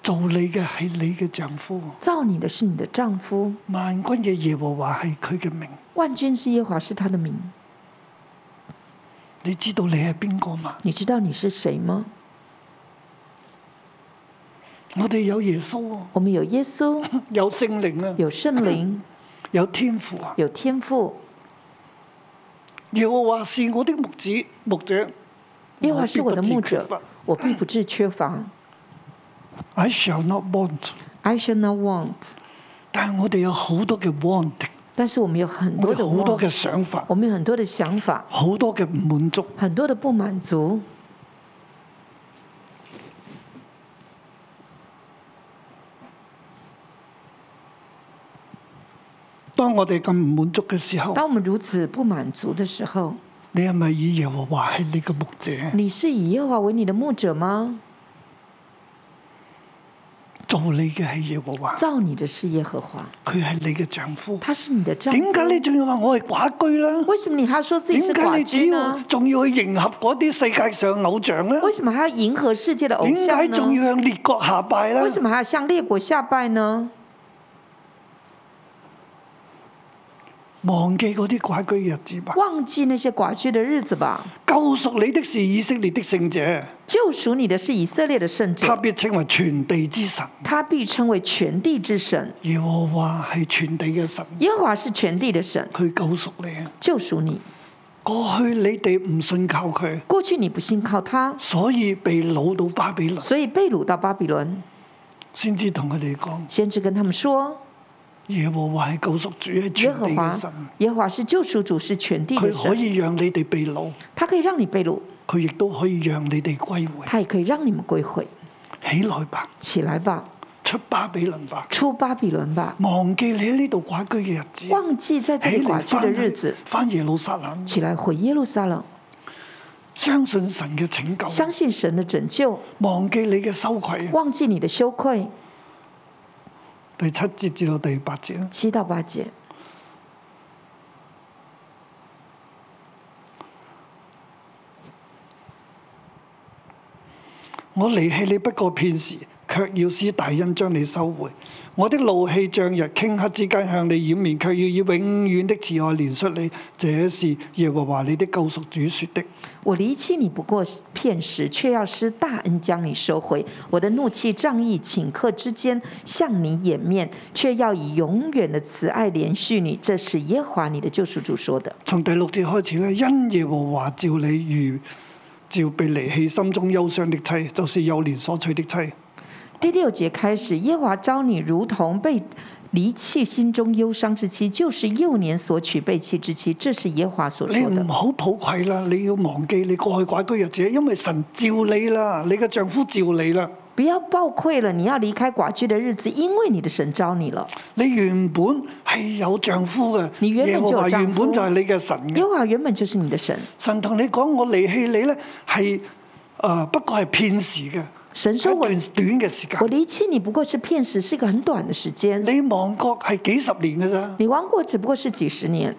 [SPEAKER 2] 做你嘅係你嘅丈夫。
[SPEAKER 3] 造你的是你的丈夫，
[SPEAKER 2] 萬軍嘅耶和華係佢嘅名，
[SPEAKER 3] 万军之耶和华是他的名。
[SPEAKER 2] 你知道你係邊個嘛？
[SPEAKER 3] 你知道你是谁吗？
[SPEAKER 2] 我哋有耶穌啊，
[SPEAKER 3] 我们有耶 稣，
[SPEAKER 2] 有聖靈啊，
[SPEAKER 3] 有圣灵，
[SPEAKER 2] 有天父啊。
[SPEAKER 3] 有天父，
[SPEAKER 2] 耶和華是我的牧者，牧者。
[SPEAKER 3] 耶和华是我的牧
[SPEAKER 2] 必不
[SPEAKER 3] 者
[SPEAKER 2] 至缺乏，
[SPEAKER 3] 我必不致缺乏。
[SPEAKER 2] I shall not want。
[SPEAKER 3] I shall not want。
[SPEAKER 2] 但係我哋有好多嘅 want，
[SPEAKER 3] 但是我们有很多
[SPEAKER 2] 我
[SPEAKER 3] 的
[SPEAKER 2] 哋好多
[SPEAKER 3] want，
[SPEAKER 2] 嘅想法，
[SPEAKER 3] 我们有很多的想法，
[SPEAKER 2] 好多嘅唔滿足。
[SPEAKER 3] 很多的不满足。
[SPEAKER 2] 當我哋咁唔滿足嘅時候，
[SPEAKER 3] 当我们如此不满足的时候，
[SPEAKER 2] 你係咪以耶和華係你嘅牧者，
[SPEAKER 3] 你是以耶和华为你的牧者吗？
[SPEAKER 2] 做你嘅係耶和華，
[SPEAKER 3] 造你的是耶和华，
[SPEAKER 2] 佢係你嘅丈夫。
[SPEAKER 3] 他是你的丈夫。
[SPEAKER 2] 點解你仲要話我係寡居啦？
[SPEAKER 3] 为什么你还要说自己
[SPEAKER 2] 點
[SPEAKER 3] 是
[SPEAKER 2] 解
[SPEAKER 3] 寡
[SPEAKER 2] 你只
[SPEAKER 3] 居
[SPEAKER 2] 要
[SPEAKER 3] 呢？
[SPEAKER 2] 仲要去迎合嗰啲世界上偶像咧？
[SPEAKER 3] 为什么还要迎合世界的偶
[SPEAKER 2] 點
[SPEAKER 3] 像
[SPEAKER 2] 解仲
[SPEAKER 3] 呢？
[SPEAKER 2] 要向列國下拜咧
[SPEAKER 3] 为？什么还要向列国下拜呢？
[SPEAKER 2] 忘記嗰啲寡居嘅日子吧。
[SPEAKER 3] 忘记那些寡居的日子吧。
[SPEAKER 2] 救赎你的是以色列的聖者，
[SPEAKER 3] 救赎你的是以色列的圣
[SPEAKER 2] 他
[SPEAKER 3] 者，
[SPEAKER 2] 必稱為全地之神。
[SPEAKER 3] 他必称为全地之神。
[SPEAKER 2] 耶和華係全地嘅神，
[SPEAKER 3] 耶和华是全地的神，
[SPEAKER 2] 佢救赎你。
[SPEAKER 3] 救赎你。
[SPEAKER 2] 過去你哋唔信靠佢，
[SPEAKER 3] 过去你不信靠他，
[SPEAKER 2] 所以被掳到巴比倫，
[SPEAKER 3] 所以被掳到巴比伦。
[SPEAKER 2] 先至同佢哋講：
[SPEAKER 3] 先知跟他们说，
[SPEAKER 2] 耶和華係救赎主，係
[SPEAKER 3] 耶
[SPEAKER 2] 全
[SPEAKER 3] 和
[SPEAKER 2] 地
[SPEAKER 3] 华
[SPEAKER 2] 嘅神。，
[SPEAKER 3] 耶和华是救赎主，是全地的
[SPEAKER 2] 佢可
[SPEAKER 3] 神。
[SPEAKER 2] 以讓你哋被掳，
[SPEAKER 3] 他可以让你被掳，
[SPEAKER 2] 佢亦都可以讓你哋歸回。
[SPEAKER 3] 他也可以让你们归回。
[SPEAKER 2] 起來吧，
[SPEAKER 3] 起来吧，
[SPEAKER 2] 出巴比倫吧，
[SPEAKER 3] 出巴比伦吧，
[SPEAKER 2] 忘記你喺呢度寡居嘅日子，
[SPEAKER 3] 忘记在这
[SPEAKER 2] 起
[SPEAKER 3] 里
[SPEAKER 2] 嚟
[SPEAKER 3] 寡居的
[SPEAKER 2] 翻
[SPEAKER 3] 日子，
[SPEAKER 2] 哎翻耶路撒冷，
[SPEAKER 3] 起来回耶路撒冷，
[SPEAKER 2] 相信神嘅拯救，
[SPEAKER 3] 相信神的拯救，
[SPEAKER 2] 忘記你嘅羞愧。啊
[SPEAKER 3] 忘记你的羞愧。
[SPEAKER 2] 第七節至到第八啊節啦，
[SPEAKER 3] 七到八节，
[SPEAKER 2] 我離棄你不過片時，卻要使大恩將你收回。我的怒氣漲溢，頃刻之間向你掩面，卻要以永遠的慈愛憐恤你。這是耶和華你的救贖主說的。
[SPEAKER 3] 我离弃你不过片时，却要施大恩将你收回。我的怒气仗义，顷刻之间向你掩面，却要以永远的慈爱连续你。这是耶和华你的救赎主说的。
[SPEAKER 2] 從第六節開始咧，因耶和華召你如召被離棄、心中憂傷的妻，就是幼年所娶的妻。
[SPEAKER 3] 第六节开始，耶和华招你如同被离弃、心中忧伤之妻，就是幼年所娶被弃之妻。这是耶和华所
[SPEAKER 2] 你
[SPEAKER 3] 说的
[SPEAKER 2] 唔。好抱愧啦，你要忘記你過去寡居日子，因為神召你啦，你嘅丈夫召你啦。
[SPEAKER 3] 不要暴愧了，你要离开寡居的日子，因为你的神招你了。
[SPEAKER 2] 你原本係有丈夫
[SPEAKER 3] 你
[SPEAKER 2] 嘅，
[SPEAKER 3] 原
[SPEAKER 2] 耶和
[SPEAKER 3] 本就有
[SPEAKER 2] 華
[SPEAKER 3] 丈夫
[SPEAKER 2] 原本就係你嘅神
[SPEAKER 3] 耶
[SPEAKER 2] 嘅。
[SPEAKER 3] 和华原本就是你的神，
[SPEAKER 2] 神同你講，我離棄你咧，係誒、呃不過係片時嘅，
[SPEAKER 3] 神
[SPEAKER 2] 一
[SPEAKER 3] 说
[SPEAKER 2] 段
[SPEAKER 3] 我
[SPEAKER 2] 短嘅時
[SPEAKER 3] 我
[SPEAKER 2] 間。
[SPEAKER 3] 离弃你不过是片时，是一个很短的时间。
[SPEAKER 2] 你亡國係幾十年嘅咋，
[SPEAKER 3] 你亡国只不过是几十年，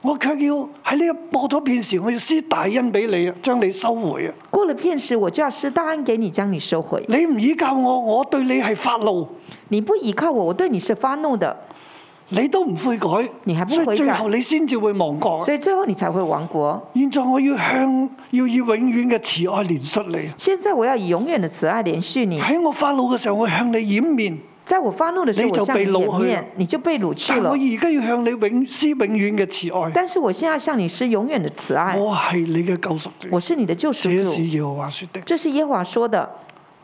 [SPEAKER 2] 我卻要喺呢一播咗片時，我要施大恩俾你啊，將你收回啊！
[SPEAKER 3] 过了片时，我就要施大恩给你，将你收回。
[SPEAKER 2] 你唔依靠我，我對你係發怒，
[SPEAKER 3] 你不依靠我，我对你是发怒的，
[SPEAKER 2] 你都唔悔改，
[SPEAKER 3] 你還不
[SPEAKER 2] 所
[SPEAKER 3] 悔
[SPEAKER 2] 以
[SPEAKER 3] 改
[SPEAKER 2] 最後你先至會亡國啊。
[SPEAKER 3] 所以最后你才会亡国。
[SPEAKER 2] 現在我要向要以永遠嘅慈愛憐恤你。
[SPEAKER 3] 现在我要以永远的慈爱连续你，
[SPEAKER 2] 喺我發怒嘅時候，我向你掩面；
[SPEAKER 3] 在我发怒的时候，
[SPEAKER 2] 你就
[SPEAKER 3] 我向你
[SPEAKER 2] 被掳
[SPEAKER 3] 掩
[SPEAKER 2] 去
[SPEAKER 3] 面，你就被掳去
[SPEAKER 2] 但我
[SPEAKER 3] 了。
[SPEAKER 2] 而家要向你永施永遠嘅慈愛。
[SPEAKER 3] 但是我现在向你施永远的慈爱，
[SPEAKER 2] 我係你嘅救贖
[SPEAKER 3] 我
[SPEAKER 2] 主，
[SPEAKER 3] 是你的救赎
[SPEAKER 2] 這是
[SPEAKER 3] 主。
[SPEAKER 2] 耶和華說的。
[SPEAKER 3] 这是耶和华说的。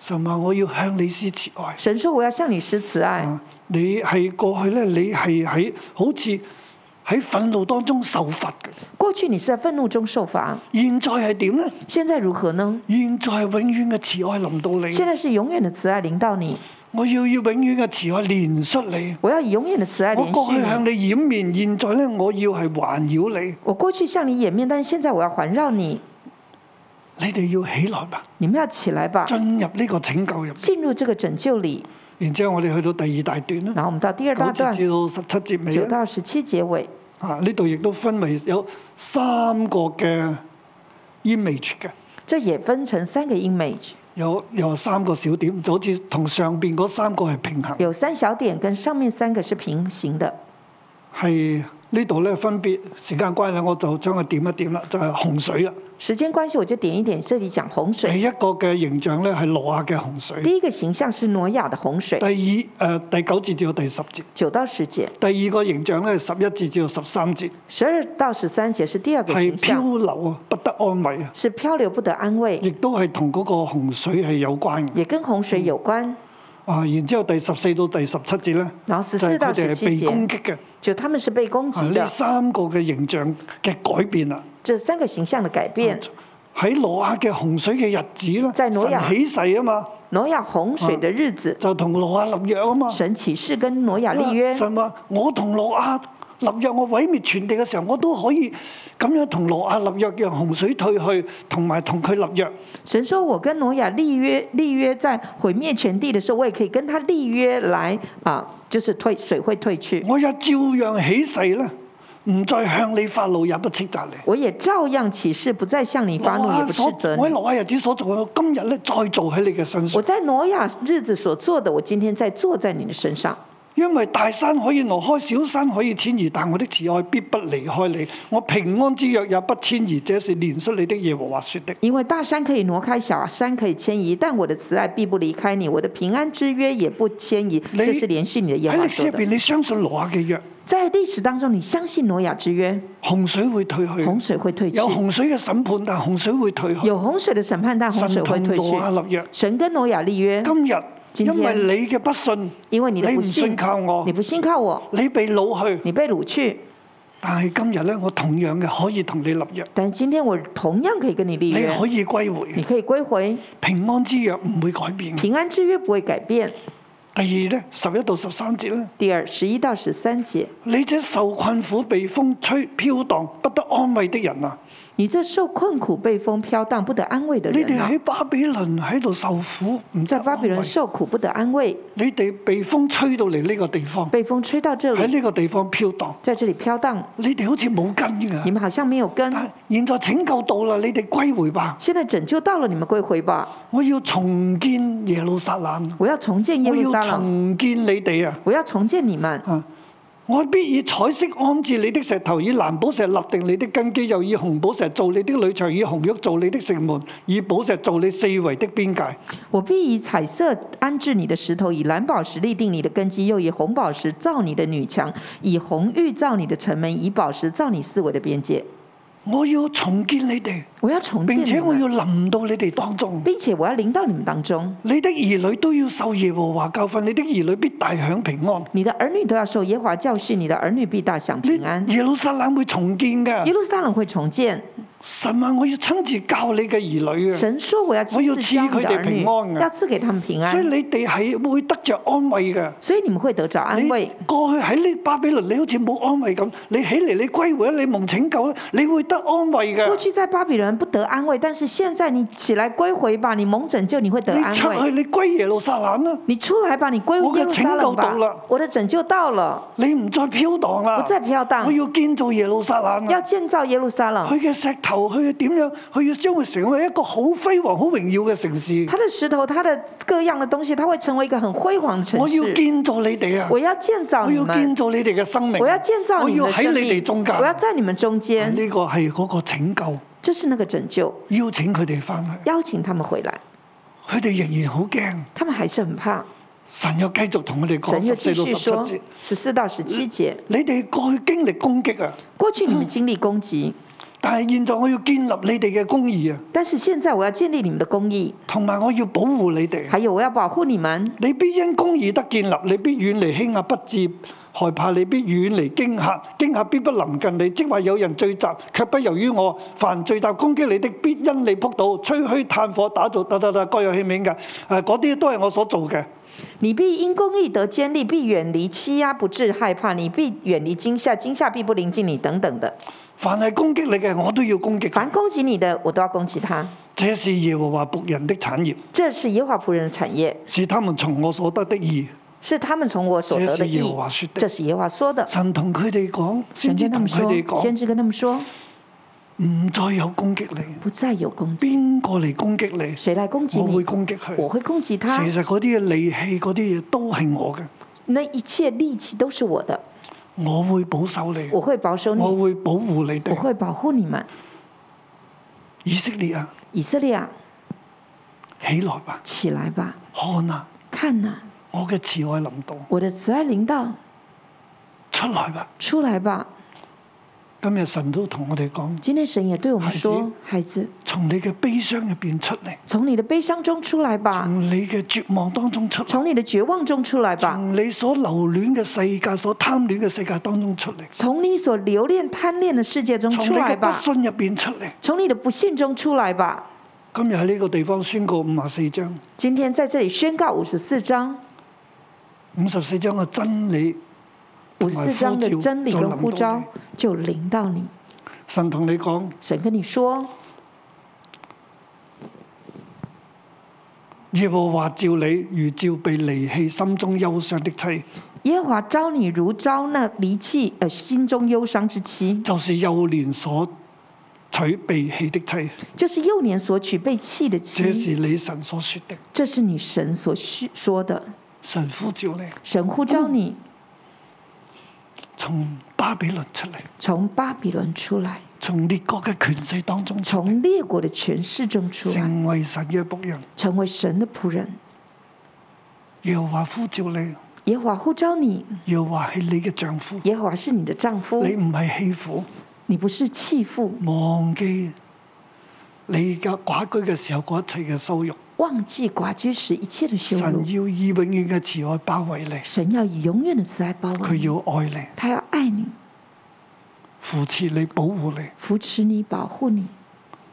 [SPEAKER 2] 神話我要向你施慈愛。
[SPEAKER 3] 神说我要向你施慈爱。
[SPEAKER 2] 啊，你係過去咧，你係喺好似喺憤怒當中受罰嘅。
[SPEAKER 3] 过去你是在愤怒中受罚，
[SPEAKER 2] 現在係點呢？
[SPEAKER 3] 现在如何呢？
[SPEAKER 2] 現在係永遠嘅慈愛臨到
[SPEAKER 3] 现
[SPEAKER 2] 你，
[SPEAKER 3] 在是永远的慈爱临到你，
[SPEAKER 2] 我要以永遠嘅慈愛憐恤你。
[SPEAKER 3] 我要以永远的慈爱
[SPEAKER 2] 我
[SPEAKER 3] 连
[SPEAKER 2] 過
[SPEAKER 3] 续
[SPEAKER 2] 去
[SPEAKER 3] 你。
[SPEAKER 2] 向你掩面，現在咧我要係環繞你。
[SPEAKER 3] 我过去向你掩面，但是现在我要环绕你。
[SPEAKER 2] 你哋要起來吧，
[SPEAKER 3] 你们要起来吧，
[SPEAKER 2] 進入呢個拯救入。
[SPEAKER 3] 进入这个拯救里。
[SPEAKER 2] 然之後我哋去到第二大段啦，
[SPEAKER 3] 然后我们到第二
[SPEAKER 2] 九
[SPEAKER 3] 大
[SPEAKER 2] 節
[SPEAKER 3] 段，
[SPEAKER 2] 至到十七節尾
[SPEAKER 3] 九
[SPEAKER 2] 啦。
[SPEAKER 3] 到十七结尾，
[SPEAKER 2] 啊！呢度亦都分為有三個嘅 image 嘅，
[SPEAKER 3] 这也分成三个 image，
[SPEAKER 2] 有有三個小點，就好似同上邊嗰三個係平衡，
[SPEAKER 3] 有三小点跟上面三个是平行的。
[SPEAKER 2] 係呢度咧分別時間關係，我就將佢點一點啦，就係、洪水啦。
[SPEAKER 3] 时间关系，我就点一点。这里讲洪水，
[SPEAKER 2] 第一個嘅形象咧係挪亞嘅洪水，
[SPEAKER 3] 第一个形象是挪亚的洪水
[SPEAKER 2] 第，二誒、呃第九節至到第十節，
[SPEAKER 3] 九到十节，
[SPEAKER 2] 第二個形象咧十一節至到十三節
[SPEAKER 3] 十二到十三节是第二个
[SPEAKER 2] 係
[SPEAKER 3] 形象。
[SPEAKER 2] 漂流啊，不得安慰啊，
[SPEAKER 3] 是漂流不得安慰，
[SPEAKER 2] 亦都係同嗰個洪水係有關嘅。
[SPEAKER 3] 也跟洪
[SPEAKER 2] 嗯
[SPEAKER 3] 水有关。
[SPEAKER 2] 啊，然之後第十四到第十七節咧，
[SPEAKER 3] 然後
[SPEAKER 2] 就
[SPEAKER 3] 14
[SPEAKER 2] 係佢哋
[SPEAKER 3] 到
[SPEAKER 2] 係被
[SPEAKER 3] 17節
[SPEAKER 2] 攻擊嘅。
[SPEAKER 3] 就他们是被攻
[SPEAKER 2] 啊！
[SPEAKER 3] 击的
[SPEAKER 2] 呢，三個嘅形象嘅改變啊，
[SPEAKER 3] 这三
[SPEAKER 2] 嗯
[SPEAKER 3] 个形象的改变，
[SPEAKER 2] 喺挪亞嘅洪水嘅日子咧，
[SPEAKER 3] 在挪亞
[SPEAKER 2] 神起誓啊嘛，
[SPEAKER 3] 挪亚洪水的日子，
[SPEAKER 2] 就同羅亞立約啊嘛。
[SPEAKER 3] 神启示跟挪亚立
[SPEAKER 2] 因為
[SPEAKER 3] 约，
[SPEAKER 2] 嗯神話我同羅亞立約，我毀滅全地嘅時候，我都可以咁樣同羅亞立約，讓洪水退去，同埋同佢立約。
[SPEAKER 3] 神说我跟挪亚立约，立约在毁灭全地的时候，我也可以跟他立约来啊，就是退水会退去，
[SPEAKER 2] 我也照樣起誓咧，唔再向你發怒，也不斥責你。
[SPEAKER 3] 我也照样起誓，不再向你发怒，
[SPEAKER 2] 羅
[SPEAKER 3] 也
[SPEAKER 2] 亞
[SPEAKER 3] 不斥
[SPEAKER 2] 所
[SPEAKER 3] 责
[SPEAKER 2] 我喺
[SPEAKER 3] 你。
[SPEAKER 2] 羅亞日子所做嘅，我今日咧再做喺你嘅身
[SPEAKER 3] 我
[SPEAKER 2] 上，
[SPEAKER 3] 在挪亚日子所做的，我今天在做在你的身上。
[SPEAKER 2] 因為大山可以挪開，小山可以遷移，但我的慈愛必不離開你。我平安之約也不遷移，這是憐恤你的耶和華說的。
[SPEAKER 3] 因为大山可以挪开，小山可以迁移，但我的慈爱必不离开你，我的平安之约也不迁移。
[SPEAKER 2] 你
[SPEAKER 3] 这是连续你的耶和
[SPEAKER 2] 喺
[SPEAKER 3] 华
[SPEAKER 2] 歷史
[SPEAKER 3] 说
[SPEAKER 2] 入
[SPEAKER 3] 的。
[SPEAKER 2] 邊，你相信羅亞嘅約，
[SPEAKER 3] 在历史当中，你相信挪亚之约，
[SPEAKER 2] 洪水會退去。
[SPEAKER 3] 洪水会退去，
[SPEAKER 2] 有洪水嘅審判，但洪水會退去。
[SPEAKER 3] 有洪水的审判，但洪水
[SPEAKER 2] 神
[SPEAKER 3] 会
[SPEAKER 2] 同
[SPEAKER 3] 退
[SPEAKER 2] 挪
[SPEAKER 3] 去。
[SPEAKER 2] 亞立約，
[SPEAKER 3] 神跟挪亚立约，
[SPEAKER 2] 今日
[SPEAKER 3] 今天
[SPEAKER 2] 因為你嘅不信，
[SPEAKER 3] 因为你的
[SPEAKER 2] 你
[SPEAKER 3] 不
[SPEAKER 2] 唔
[SPEAKER 3] 信
[SPEAKER 2] 信，靠我
[SPEAKER 3] 你，不信靠我，
[SPEAKER 2] 你被掳去。
[SPEAKER 3] 你被掳去。
[SPEAKER 2] 但係今日咧，我同樣嘅可以同你立約，
[SPEAKER 3] 但今天我同样可以跟你立
[SPEAKER 2] 你
[SPEAKER 3] 约，
[SPEAKER 2] 可以歸
[SPEAKER 3] 你
[SPEAKER 2] 回，
[SPEAKER 3] 可以归回，
[SPEAKER 2] 平安之約唔會改變。
[SPEAKER 3] 平安之约不会改变。
[SPEAKER 2] 第二咧，十一到十三節咧，
[SPEAKER 3] 第二，十一到十三节，
[SPEAKER 2] 你這受困苦、被風吹飘蕩、不得安慰的人啊！
[SPEAKER 3] 你这受困苦、被风飘荡、不得安慰的
[SPEAKER 2] 你
[SPEAKER 3] 人
[SPEAKER 2] 哋
[SPEAKER 3] 啊！
[SPEAKER 2] 喺巴比倫喺度受苦，唔得
[SPEAKER 3] 在巴
[SPEAKER 2] 安
[SPEAKER 3] 比
[SPEAKER 2] 慰
[SPEAKER 3] 伦。受苦不得安慰，
[SPEAKER 2] 你哋被風吹到嚟呢個地方，
[SPEAKER 3] 被风吹到这
[SPEAKER 2] 喺
[SPEAKER 3] 里，
[SPEAKER 2] 呢個地方飘蕩，
[SPEAKER 3] 在这里飘荡，
[SPEAKER 2] 你哋好似冇根㗎。
[SPEAKER 3] 你们好像没有根。
[SPEAKER 2] 但現在拯救到啦，你哋歸回吧！
[SPEAKER 3] 现在拯救到了，你们归回吧！
[SPEAKER 2] 我要重建耶路撒冷，
[SPEAKER 3] 我要重建耶
[SPEAKER 2] 我
[SPEAKER 3] 路
[SPEAKER 2] 要
[SPEAKER 3] 撒冷，
[SPEAKER 2] 重建你哋啊！
[SPEAKER 3] 我要重建你们。
[SPEAKER 2] 啊！我必以彩色安置你的石頭，以藍寶石立定你的根基，又以紅寶石做你的女牆，以紅玉做你的城門，以寶石做你四圍的邊界。
[SPEAKER 3] 我必以彩色安置你的石头，以蓝宝石立定你的根基，又以红宝石造你的女墙，以红玉造你的城门，以宝石造你四围的边界。
[SPEAKER 2] 我要重建你哋，
[SPEAKER 3] 我要重建
[SPEAKER 2] 並且
[SPEAKER 3] 你
[SPEAKER 2] 我
[SPEAKER 3] 们，
[SPEAKER 2] 要臨到你哋當中。
[SPEAKER 3] 并且我要临到你们当中，
[SPEAKER 2] 你的兒女都要受耶和華教訓，你的兒女必大享平安。
[SPEAKER 3] 你的儿女都要受耶和华教训，你的儿女必大享平安
[SPEAKER 2] 呢。耶路撒冷會重建
[SPEAKER 3] 耶
[SPEAKER 2] 㗎。
[SPEAKER 3] 路撒冷会重建。
[SPEAKER 2] 神啊，我要親自教你嘅兒女啊！
[SPEAKER 3] 神说：“我要亲自教你的
[SPEAKER 2] 我
[SPEAKER 3] 儿女，
[SPEAKER 2] 要賜佢哋平安啊
[SPEAKER 3] 要赐给他们平
[SPEAKER 2] 所以
[SPEAKER 3] 安，
[SPEAKER 2] 你哋係會得着安慰嘅。
[SPEAKER 3] 所以你们会得着安
[SPEAKER 2] 你
[SPEAKER 3] 慰。
[SPEAKER 2] 過去喺呢巴比倫，你好似冇安慰咁。你起嚟，你歸回啊啦，你蒙拯救啦，你會得安慰
[SPEAKER 3] 过
[SPEAKER 2] 嘅。
[SPEAKER 3] 去在巴比伦不得安慰，但是现在你起来归回吧，你蒙拯救，你会得
[SPEAKER 2] 你
[SPEAKER 3] 安
[SPEAKER 2] 出
[SPEAKER 3] 慰。
[SPEAKER 2] 去，你歸耶路撒冷啊啦，
[SPEAKER 3] 你出来吧，你归
[SPEAKER 2] 我
[SPEAKER 3] 回
[SPEAKER 2] 的
[SPEAKER 3] 耶路撒
[SPEAKER 2] 拯救
[SPEAKER 3] 冷
[SPEAKER 2] 到
[SPEAKER 3] 吧
[SPEAKER 2] 了。
[SPEAKER 3] 我的拯救到了，
[SPEAKER 2] 你唔再飄蕩啦。
[SPEAKER 3] 不再飘荡
[SPEAKER 2] 我。要建造耶路撒冷
[SPEAKER 3] 要
[SPEAKER 2] 啊！
[SPEAKER 3] 建造耶路撒冷，
[SPEAKER 2] 佢嘅石頭，佢要點樣？佢要將佢成為一個好輝煌、好榮耀嘅城市。
[SPEAKER 3] 它的石头，它的各样的东西，它会成为一个很辉煌的城
[SPEAKER 2] 我
[SPEAKER 3] 市。
[SPEAKER 2] 要建造你哋啊！
[SPEAKER 3] 我要建造
[SPEAKER 2] 我
[SPEAKER 3] 你
[SPEAKER 2] 要建
[SPEAKER 3] 们，
[SPEAKER 2] 造你哋嘅生命。啊
[SPEAKER 3] 我要建造
[SPEAKER 2] 我
[SPEAKER 3] 你
[SPEAKER 2] 要
[SPEAKER 3] 们的
[SPEAKER 2] 喺
[SPEAKER 3] 生
[SPEAKER 2] 你
[SPEAKER 3] 命
[SPEAKER 2] 哋中嗯間。啊
[SPEAKER 3] 我要在你们中间。
[SPEAKER 2] 呢個係嗰個拯救，
[SPEAKER 3] 这是那个拯救，
[SPEAKER 2] 邀請佢哋翻去。
[SPEAKER 3] 邀请他们回来，
[SPEAKER 2] 佢哋仍然好驚。
[SPEAKER 3] 他们还是很怕。
[SPEAKER 2] 神又繼續同我哋講
[SPEAKER 3] 神又
[SPEAKER 2] 十四
[SPEAKER 3] 继
[SPEAKER 2] 到
[SPEAKER 3] 续
[SPEAKER 2] 十七
[SPEAKER 3] 说
[SPEAKER 2] 節，，
[SPEAKER 3] 十四到十七节，
[SPEAKER 2] 你哋過去經歷攻擊啊，
[SPEAKER 3] 过去你们经历攻击，
[SPEAKER 2] 嗯但係現在我要建立你哋嘅公義啊，
[SPEAKER 3] 但是现在我要建立你们的公义，
[SPEAKER 2] 同埋我要保護你哋。啊
[SPEAKER 3] 还有我要保护你们。
[SPEAKER 2] 你必因公義得建立，你必遠離欺壓，不致害怕；你必遠離驚嚇，驚嚇必不臨近你。即話有人聚集，卻不由於我；凡聚集攻擊你的，必因你仆倒。吹噓炭火打造，得得得，各有器皿嘅。誒、啊嗰啲都係我所做嘅。
[SPEAKER 3] 你必因公义得坚立，必远离欺压，不致害怕；你必远离惊吓，惊吓必不临近你。等等的，
[SPEAKER 2] 凡係攻擊你嘅，我都要攻擊。
[SPEAKER 3] 凡攻击你的，我都要攻击他。
[SPEAKER 2] 這是耶和華仆人的產業，
[SPEAKER 3] 这是耶和华仆人的产业，
[SPEAKER 2] 是他們從我所得的義。
[SPEAKER 3] 是他们从我所得
[SPEAKER 2] 這
[SPEAKER 3] 的
[SPEAKER 2] 是耶
[SPEAKER 3] 义
[SPEAKER 2] 和華說。的
[SPEAKER 3] 这是耶和华说的。
[SPEAKER 2] 神同佢哋講，先
[SPEAKER 3] 神
[SPEAKER 2] 至
[SPEAKER 3] 跟他
[SPEAKER 2] 同
[SPEAKER 3] 们
[SPEAKER 2] 佢哋
[SPEAKER 3] 说，先
[SPEAKER 2] 講，
[SPEAKER 3] 知跟他们说，
[SPEAKER 2] 唔再有攻擊你。
[SPEAKER 3] 不再有攻击，
[SPEAKER 2] 邊個嚟攻擊你？
[SPEAKER 3] 谁来攻击
[SPEAKER 2] 我會
[SPEAKER 3] 你？
[SPEAKER 2] 攻擊佢。
[SPEAKER 3] 我会攻击他
[SPEAKER 2] 其。實嗰啲嘢利器，嗰啲嘢都係我嘅，
[SPEAKER 3] 那一切力气都是我的，
[SPEAKER 2] 我會保守你，
[SPEAKER 3] 我会保守你，
[SPEAKER 2] 我會保護你
[SPEAKER 3] 我
[SPEAKER 2] 哋。
[SPEAKER 3] 会保护你们。
[SPEAKER 2] 以色列啊，
[SPEAKER 3] 以色列啊，
[SPEAKER 2] 起來吧，
[SPEAKER 3] 起来吧，
[SPEAKER 2] 看啊，
[SPEAKER 3] 看呐、
[SPEAKER 2] 我嘅慈愛臨到，
[SPEAKER 3] 我的慈爱临到，
[SPEAKER 2] 出來吧。
[SPEAKER 3] 出来吧。
[SPEAKER 2] 今日神都同我哋講，
[SPEAKER 3] 今天神也对我们说：“孩子，
[SPEAKER 2] 從你嘅悲傷入邊出嚟，
[SPEAKER 3] 从你的悲伤中出来吧，
[SPEAKER 2] 從你嘅絕望當中出嚟，
[SPEAKER 3] 从你的绝望中出来吧，
[SPEAKER 2] 從你所留戀嘅世界、所貪戀嘅世界當中出嚟，
[SPEAKER 3] 从你所留恋、贪恋的世界中
[SPEAKER 2] 從
[SPEAKER 3] 出
[SPEAKER 2] 你
[SPEAKER 3] 来
[SPEAKER 2] 嘅不
[SPEAKER 3] 吧，
[SPEAKER 2] 信入邊出嚟。
[SPEAKER 3] 从你的不幸中出来吧。
[SPEAKER 2] 今日喺呢個地方宣告五十四章，
[SPEAKER 3] 今天在这里宣告五十四章，
[SPEAKER 2] 五十四章嘅真理
[SPEAKER 3] 五
[SPEAKER 2] 同
[SPEAKER 3] 十
[SPEAKER 2] 埋
[SPEAKER 3] 四章的
[SPEAKER 2] 呼召
[SPEAKER 3] 真理
[SPEAKER 2] 就
[SPEAKER 3] 跟
[SPEAKER 2] 临
[SPEAKER 3] 呼
[SPEAKER 2] 到
[SPEAKER 3] 召
[SPEAKER 2] 你
[SPEAKER 3] 就临到你。
[SPEAKER 2] 神同你講，
[SPEAKER 3] 神跟你说，
[SPEAKER 2] 耶和華召你如召被離棄、心中憂傷的妻，
[SPEAKER 3] 耶和华招你如招那离弃呃心中忧伤之妻，
[SPEAKER 2] 就是幼年所娶被棄的妻。
[SPEAKER 3] 就是幼年所娶被弃的
[SPEAKER 2] 這
[SPEAKER 3] 妻。
[SPEAKER 2] 是你神所說的，
[SPEAKER 3] 这是你神所需说的，
[SPEAKER 2] 神呼召你
[SPEAKER 3] 神呼召你
[SPEAKER 2] 從巴比倫出嚟，
[SPEAKER 3] 从巴比伦出来，
[SPEAKER 2] 從列國嘅權勢當中出嚟，
[SPEAKER 3] 从列国的权势中出来，
[SPEAKER 2] 成為神嘅仆人。
[SPEAKER 3] 成为神的仆人。
[SPEAKER 2] 耶和華呼召你，
[SPEAKER 3] 耶和华呼召你，
[SPEAKER 2] 耶和華係你嘅丈夫，
[SPEAKER 3] 耶和华是你的丈夫，
[SPEAKER 2] 你唔係棄婦。
[SPEAKER 3] 你不是弃妇，
[SPEAKER 2] 忘記你嘅寡居嘅時候嗰一切嘅羞辱，
[SPEAKER 3] 忘记寡居时一切的羞辱
[SPEAKER 2] 神。要以永遠嘅慈愛包圍你，
[SPEAKER 3] 神要以永远的慈爱包
[SPEAKER 2] 佢
[SPEAKER 3] 围你，
[SPEAKER 2] 要愛你，
[SPEAKER 3] 他要爱你，
[SPEAKER 2] 扶持你，保護你。
[SPEAKER 3] 扶持你，保护你。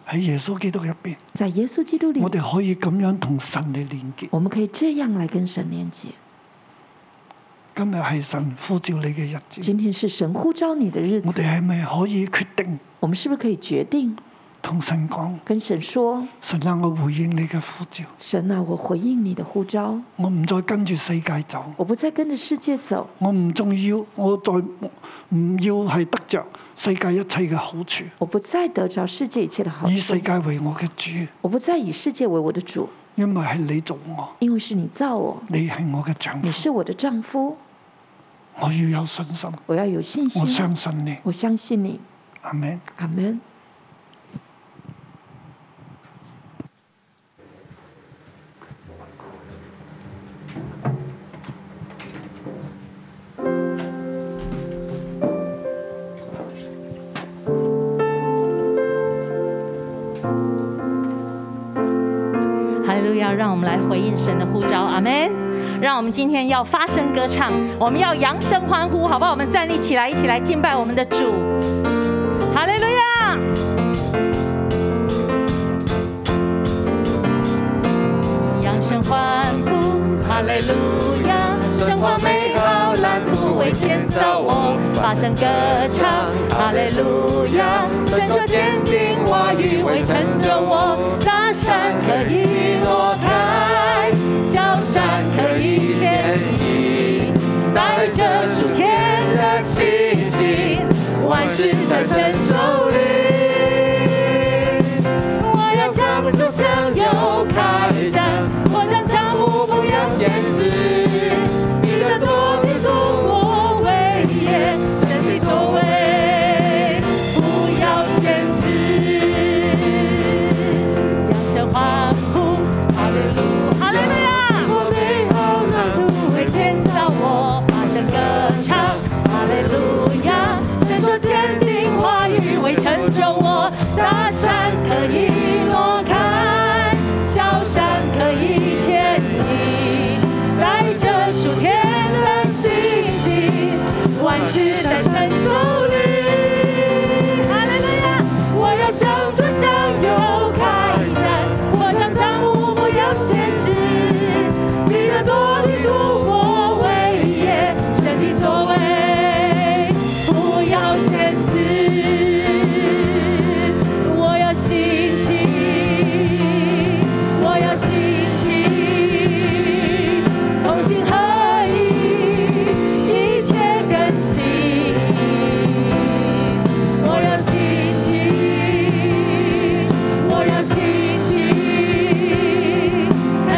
[SPEAKER 2] 喺耶穌基督入邊，
[SPEAKER 3] 在耶稣基督里，
[SPEAKER 2] 我哋可以咁樣同神嚟連結。
[SPEAKER 3] 我们可以这样来跟神连接。
[SPEAKER 2] 今日係神呼召你嘅日子，
[SPEAKER 3] 今天是神呼召你的日
[SPEAKER 2] 我
[SPEAKER 3] 子，
[SPEAKER 2] 哋係咪可以決定
[SPEAKER 3] 我们是不是可以决定
[SPEAKER 2] 同神講：
[SPEAKER 3] 跟神说
[SPEAKER 2] 神啊，我回應你嘅呼召，：“
[SPEAKER 3] 神啊，我回应你的呼召，
[SPEAKER 2] 我唔再跟住世界走，
[SPEAKER 3] 我不再跟着世界走，
[SPEAKER 2] 我唔仲要，我再唔要係得着世界一切嘅好處，
[SPEAKER 3] 我不再得着世界一切的好
[SPEAKER 2] 以世
[SPEAKER 3] 处，
[SPEAKER 2] 界為我嘅主。
[SPEAKER 3] 我不再以世界为我的主，
[SPEAKER 2] 因為係你做我，
[SPEAKER 3] 因为是你造我，
[SPEAKER 2] 你係我嘅丈
[SPEAKER 3] 你
[SPEAKER 2] 夫，
[SPEAKER 3] 是我啊的丈夫，
[SPEAKER 2] 我要有信心，
[SPEAKER 3] 我要有信
[SPEAKER 2] 我
[SPEAKER 3] 心，
[SPEAKER 2] 相信你，
[SPEAKER 3] 我相信你。”
[SPEAKER 2] 阿咪？
[SPEAKER 3] 阿门。
[SPEAKER 4] 哈利路亚！让我们来回应神的呼召，阿门。让我们今天要发声歌唱，我们要扬声欢呼，好不好？我们站立起来，一起来敬拜我们的主。哈利路亚！扬声欢呼，哈利路亚！神话美好蓝图为建造我，发声歌唱，哈利路亚！神说坚定话语为撑着我，大山可以挪开，小山可以迁移，带着属天的信心，万事在神手里。我要向左向右开展，我将账目不要限制。你的多你多我为也，身体作为不要限制。扬声欢呼，哈利路哈利路亚！我美好蓝图会建造我，发声歌唱，哈利路亚！神说坚定话语会成就我，大山可以挪开，小山可以迁移，带着属天的信息，万事在神手里。哈利路亚！我要向左向右开展，我将账目不要限制。你的多你度我为业，神的作为不要限制。我要兴起，我要兴起，同心合一，一切更新。我要兴起，我要兴起，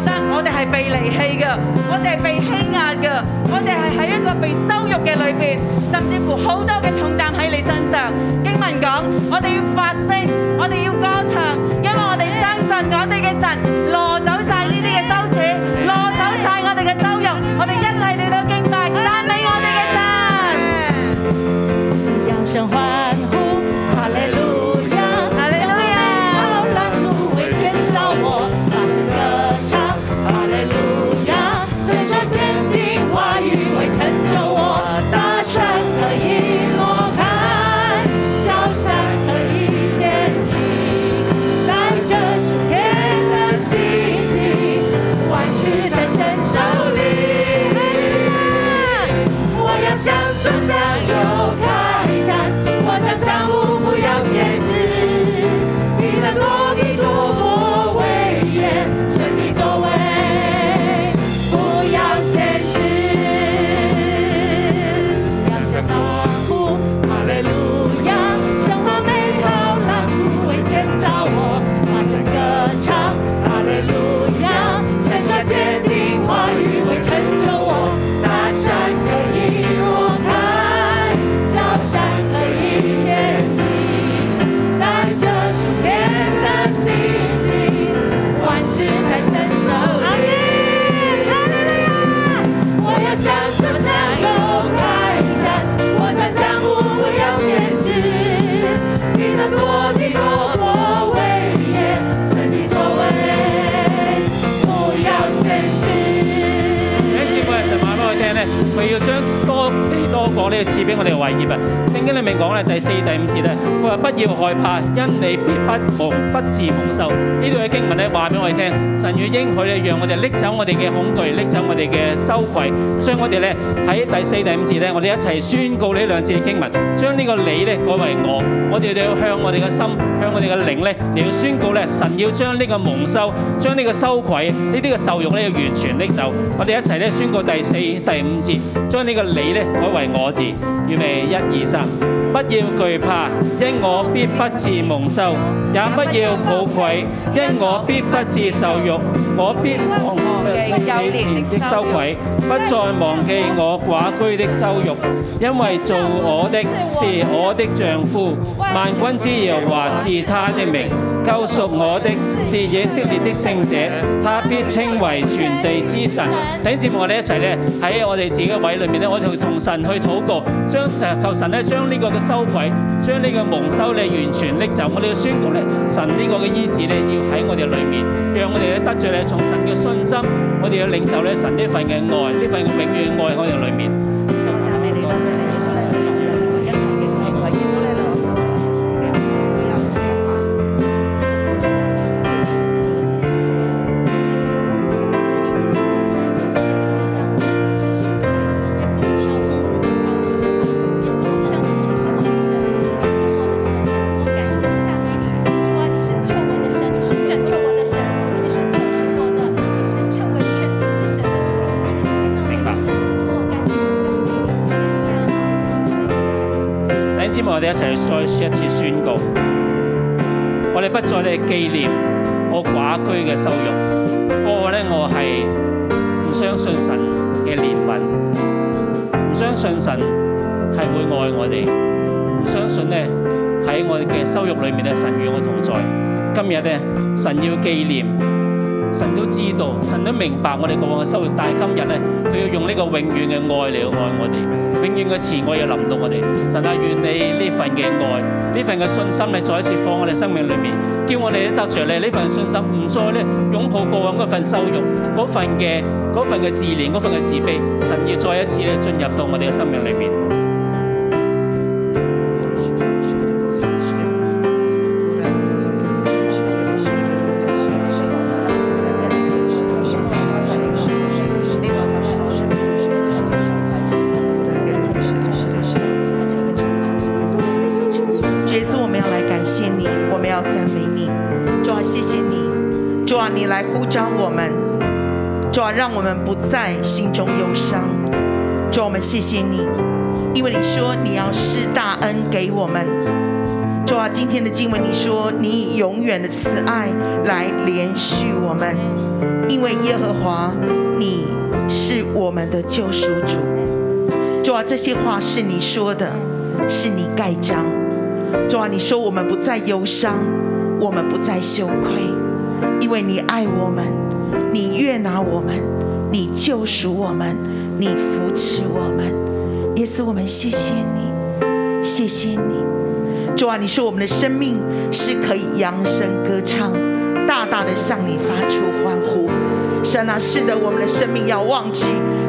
[SPEAKER 5] 棄嘅，我哋係被欺壓嘅，我哋係喺一個被羞辱嘅裏邊，甚至乎好多嘅重擔喺你身上。經文講，我哋要發聲，我哋要歌唱，因為我哋相信我哋嘅神攞走晒呢啲嘅羞恥，攞走晒我哋嘅羞辱，我哋一齊嚟到敬拜讚美我哋嘅神。
[SPEAKER 4] 扬声欢呼，哈利路亚，
[SPEAKER 5] 哈利路亚
[SPEAKER 4] 浩然芦苇建造我，大声歌唱，哈利路亚，神说坚定话语会成就我，大山可以挪开，小山可以迁移，带着属天的信息，万事在神手里。我要向左向右开展，我将战无不要限制。你的公义多么威严，神的作为不要限制。扬声欢呼，哈利路亚！神话美好蓝图为建造我，大声歌唱，哈利路亚！神说坚定话语会成就我，大山可以挪开，小山可以迁移，带着属天的信息，万事在神手里。哈利路亚！我要向左向右开展，我站江湖不要限制。你的多地多多威严，神的作为不要限制。
[SPEAKER 6] 弟兄姊妹，神話俾我聽咧，佢要將多地多果呢個賜俾我哋為業啊！聖經裏面講咧，第四、第五節咧，佢話不要害怕，因你必不蒙不自蒙受。呢度嘅經文咧話俾我哋聽，神與應許咧，讓我哋拎走我哋嘅恐懼，拎走我哋嘅羞愧。所以我哋咧喺第四、第五節咧，我哋一齊宣告呢兩節嘅經文，將呢個你咧改為我。我哋就要向我哋嘅心，向我哋嘅靈咧嚟到宣告咧，神要將呢個蒙羞、將呢個羞愧、呢啲嘅受辱咧，要完全拎走。我哋一齊咧宣告第四、第五節，將呢個你咧改為我字。預備一二三，不要懼怕，因我必不自蒙受；也不要抱愧，因我必不自受辱。我必忘記幼年的羞愧，不再忘記我寡居的羞辱，因為做我的是我的丈夫，萬軍之耶和華是他的名。救贖我的是以色列的聖者，他必稱為全地之神。弟兄姊妹，我哋一齊咧喺我哋自己嘅位裏面咧，我哋同神去禱告，將神求神咧將呢個嘅羞愧，將呢個蒙羞咧完全拎走。我哋要宣告咧，神呢個嘅醫治咧要喺我哋裏面，讓我哋咧得著咧從神嘅信心，我哋要領受咧神呢份嘅愛，呢份嘅永遠愛喺我哋裏面。
[SPEAKER 4] 讚美你，多謝你，神你容忍我一切嘅羞愧。明白。
[SPEAKER 6] 弟兄姊妹，我哋一齊再一次宣告，我哋不再嚟紀念我寡居嘅羞辱。過往咧，我係唔相信神嘅憐憫，唔相信神係會愛我哋，唔相信咧喺我哋嘅羞辱裏面咧，神與我同在。今日咧，神要紀念，神都知道，神都明白我哋過往嘅羞辱，但係今日咧，佢要用呢個永遠嘅愛嚟到愛我哋。永遠嘅慈愛又臨到我哋。神啊，願你呢份嘅愛，呢份嘅信心咧，再一次放喺我哋生命裏面，叫我哋得着你呢份信心，唔再咧擁抱過往嗰份羞辱，嗰份嘅嗰份嘅自憐，嗰份嘅自卑。神要再一次咧進入到我哋嘅生命裏面。
[SPEAKER 5] 这一次我们要来感谢你，我们要赞美你，主啊，谢谢你，主啊，你来呼召我们，主啊，让我们不再心中忧伤，主啊，我们谢谢你，因为你说你要施大恩给我们，主啊，今天的经文你说，你以永远的慈爱来连续我们，因为耶和华你是我们的救赎主。主啊，这些话是你说的，是你盖章。主啊，你说我们不再忧伤，我们不再羞愧，因为你爱我们，你悦纳我们，你救赎我们，你扶持我们。耶稣，我们谢谢你，谢谢你。主啊，你说我们的生命是可以扬声歌唱，大大的向你发出欢呼。神啊，是的，我们的生命要忘记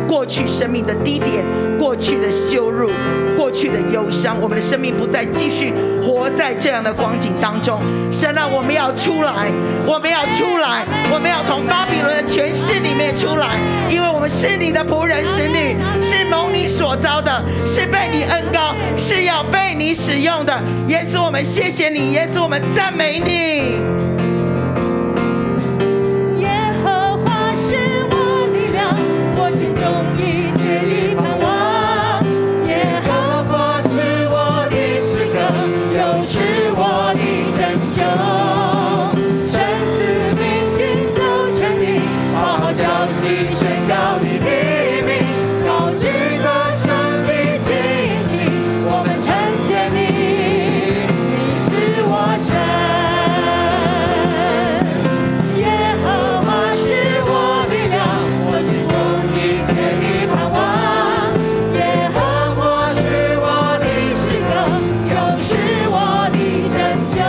[SPEAKER 5] 过去生命的低点、过去的羞辱、过去的忧伤，我们的生命不再继续活在这样的光景当中。神啊，我们要出来，我们要出来，我们要从巴比伦的权势里面出来，因为我们是你的仆人、使女，是蒙你所招的，是被你恩高，是要被你使用的。耶稣，我们谢谢你，耶稣，我们赞美你。
[SPEAKER 4] 耶和华是我力量，我心中一切的盼望。耶和华是我的诗歌，又是我的拯救。神赐民行走全地，好消息宣告你的名，高举大山的信息，我们称谢你，你是我神。耶和华是我力量，我心中一切的盼望。耶和华是我的诗歌，又是我的拯救。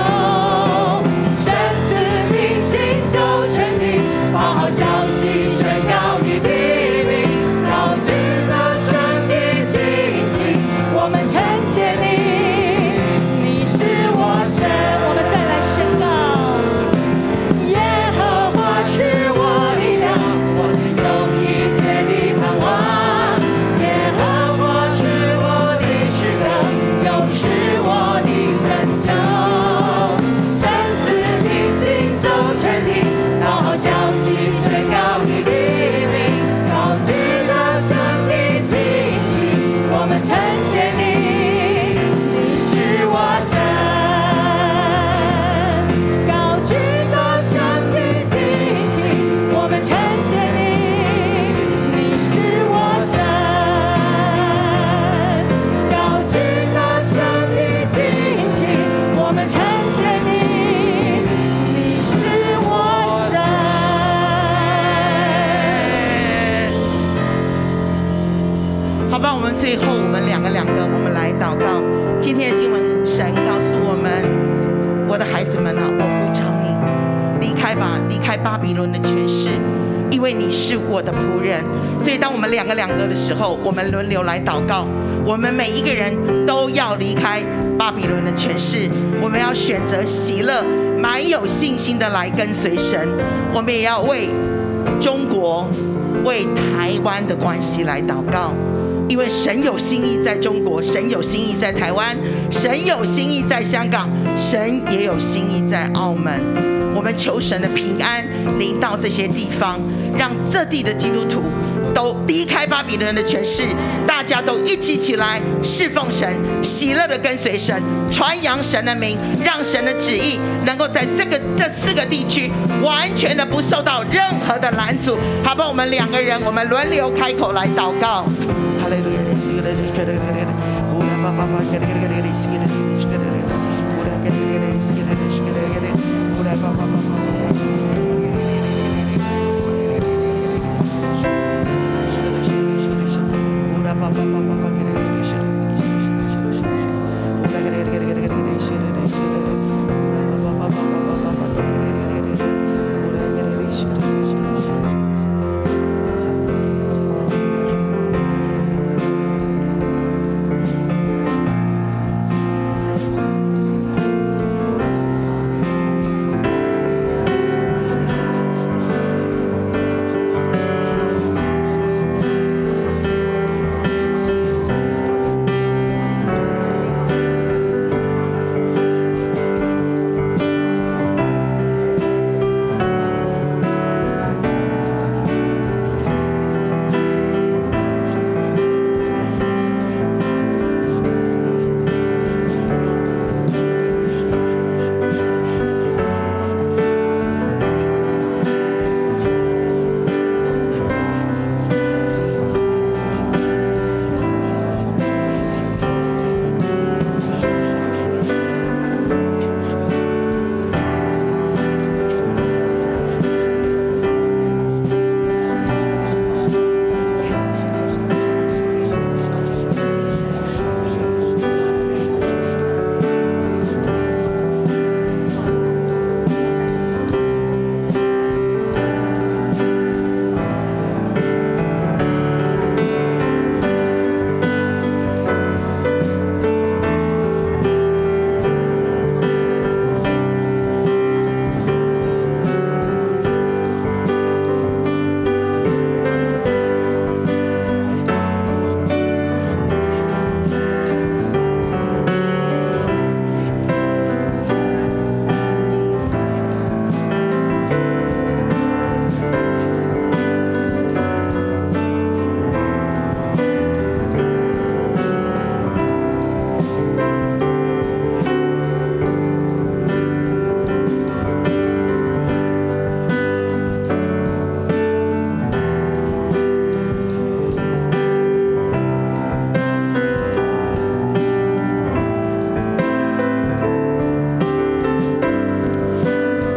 [SPEAKER 4] 神赐民行走全地，把好消息宣告你的名，高举了神的信息，我们称谢你，你是我神。我们再来宣告。耶和华是我力量，我心中一切的盼望。耶和华是我的诗歌，又是我的拯救。神是你行走全地，让好消息宣告你的名，高举大声的信息，我们称谢你，你是我神。高举大声的敬虔，我们称谢你，你是我神。高举大声的敬虔，我们称谢你，你是我神。
[SPEAKER 5] 好吧，我们最后我们两个两个，我们来祷告。今天的经文，神告诉我们，我的孩子们啊，我呼召你，离开吧，离开巴比伦的权势，因为你是我的仆人。所以，当我们两个两个的时候，我们轮流来祷告。我们每一个人都要离开巴比伦的权势，我们要选择喜乐、满有信心的来跟随神。我们也要为中国、为台湾的关系来祷告，因为神有心意在中国，神有心意在台湾，神有心意在香港，神也有心意在澳门。我们求神的平安临到这些地方，让这地的基督徒都离开巴比伦的权势，大家都一起起来侍奉神，喜乐的跟随神，传扬神的名，让神的旨意能够在这个这四个地区完全的不受到任何的拦阻，好吧？我们两个人，我们轮流开口来祷告。哈利路亚，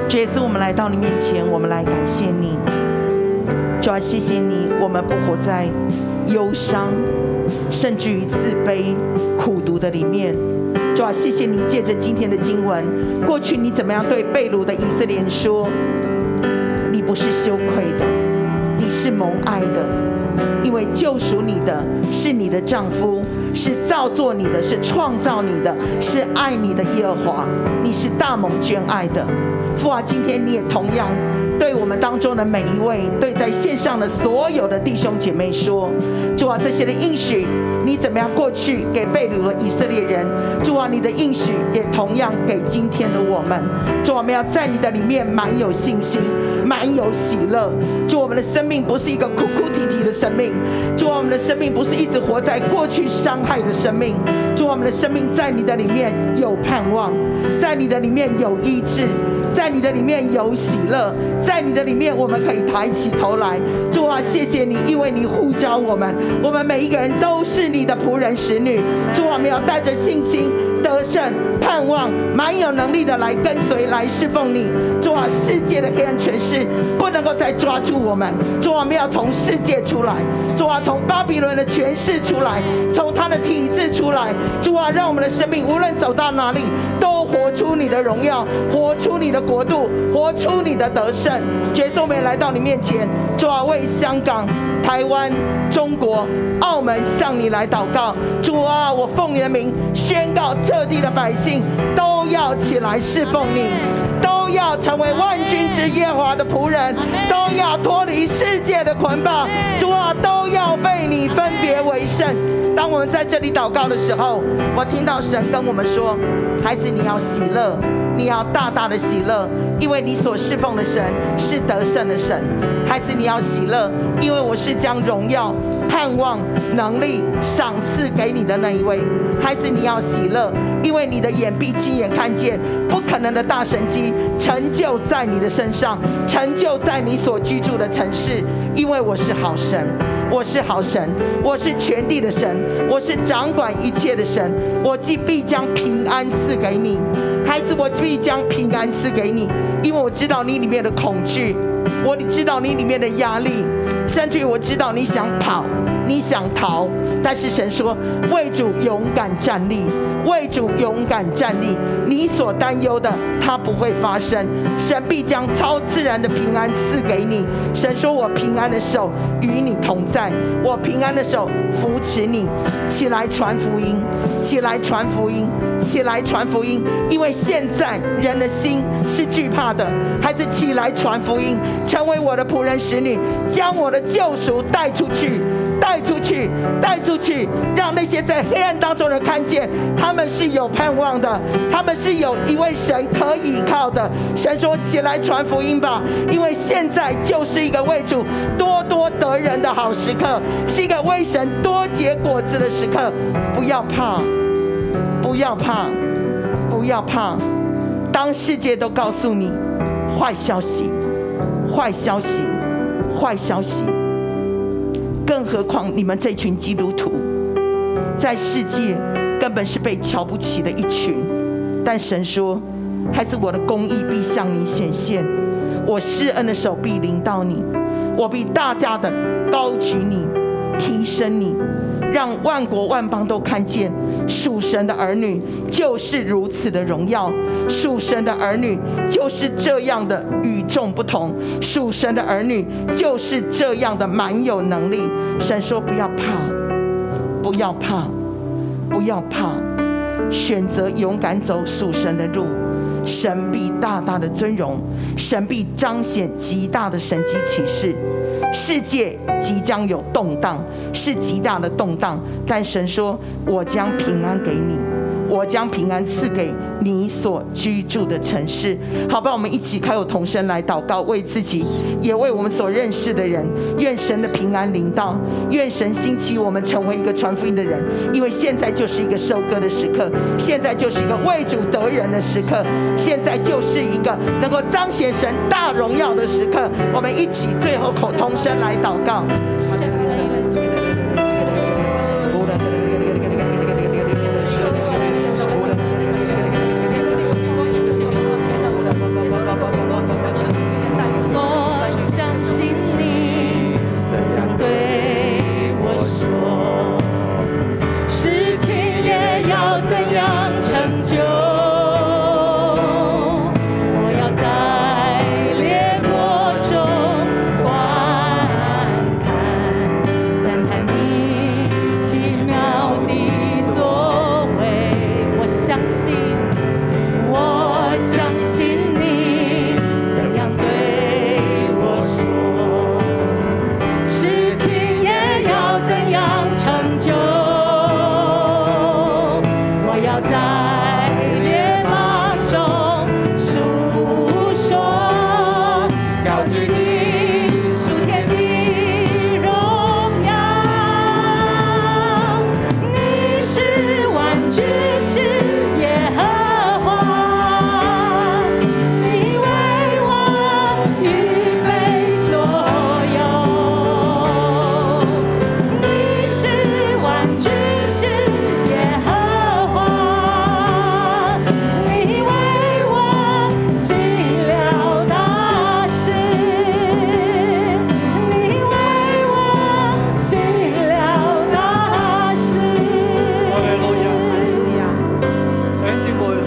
[SPEAKER 5] 主耶稣，我们来到你面前，我们来感谢你。主啊，谢谢你，我们不活在忧伤，甚至于自卑、苦毒的里面。主啊，谢谢你借着今天的经文，过去你怎么样对被掳的以色列人说：“你不是羞愧的，你是蒙爱的，因为救赎你的是你的丈夫，是造作你的，是创造你的，是爱你的耶和华，你是大蒙眷爱的。父啊，今天你也同样对我们当中的每一位，对在线上的所有的弟兄姐妹说，主啊，这些的应许，你怎么样过去给被掳的以色列人，主啊，你的应许也同样给今天的我们。主啊，我们要在你的里面满有信心，满有喜乐。主，啊我们的生命不是一个哭哭啼啼的生命，主，我们的生命不是一直活在过去伤害的生命。主，啊我们的生命在你的里面有盼望，在你的里面有医治。在你的里面有喜乐，在你的里面我们可以抬起头来。主啊，谢谢你，因为你呼召我们，我们每一个人都是你的仆人使女。主啊，我们要带着信心、得胜、盼望，蛮有能力的来跟随、来侍奉你。主啊，世界的黑暗权势不能够再抓住我们。主啊，我们要从世界出来。主啊，从巴比伦的权势出来，从他的体制出来。主啊，让我们的生命无论走到哪里，都活出你的荣耀，活出你的国度，活出你的得胜。耶稣，我们也来到你面前，主啊，为香港、台湾、中国、澳门向你来祷告。主啊，我奉你的名宣告，这地的百姓都要起来侍奉你，都要成为万军之耶和华的仆人，都要脱离世界的捆绑。主啊，都要被你分别为圣。当我们在这里祷告的时候，我听到神跟我们说：“孩子，你要喜乐，你要大大的喜乐，因为你所侍奉的神是得胜的神。孩子，你要喜乐，因为我是将荣耀、盼望、能力赏赐给你的那一位。孩子，你要喜乐，因为你的眼必亲眼看见不可能的大神迹成就在你的身上，成就在你所居住的城市，因为我是好神。”我是好神，我是全地的神，我是掌管一切的神。我既必将平安赐给你，孩子，我必将平安赐给你，因为我知道你里面的恐惧，我知道你里面的压力，甚至于我知道你想跑，你想逃，但是神说：“为主勇敢站立，为主勇敢站立。你所担忧的，它不会发生。神必将超自然的平安赐给你。神说：我平安的手与你同在，我平安的手扶持你。起来传福音，起来传福音，起来传福音。因为现在人的心是惧怕的，孩子起来传福音，成为我的仆人使女，将我的救赎带出去。”带出去，带出去，让那些在黑暗当中的人看见，他们是有盼望的，他们是有一位神可以靠的。神说：“起来传福音吧，因为现在就是一个为主多多得人的好时刻，是一个为神多结果子的时刻。不要怕，不要怕，不要怕。当世界都告诉你坏消息，坏消息，坏消息。”更何况你们这群基督徒，在世界根本是被瞧不起的一群。但神说：“孩子，我的公义必向你显现，我施恩的手必临到你，我必大大的高举你，提升你，让万国万邦都看见属神的儿女就是如此的荣耀，属神的儿女就是这样的与众不同，属神的儿女就是这样的蛮有能力。神说：“不要怕，不要怕，不要怕，选择勇敢走属神的路，神必大大的尊荣，神必彰显极大的神迹启示。世界即将有动荡，是极大的动荡，但神说：我将平安给你。”我将平安赐给你所居住的城市，好吧？我们一起开口同声来祷告，为自己，也为我们所认识的人。愿神的平安临到，愿神兴起我们成为一个传福音的人，因为现在就是一个收割的时刻，现在就是一个为主得人的时刻，现在就是一个能够彰显神大荣耀的时刻。我们一起最后口同声来祷告。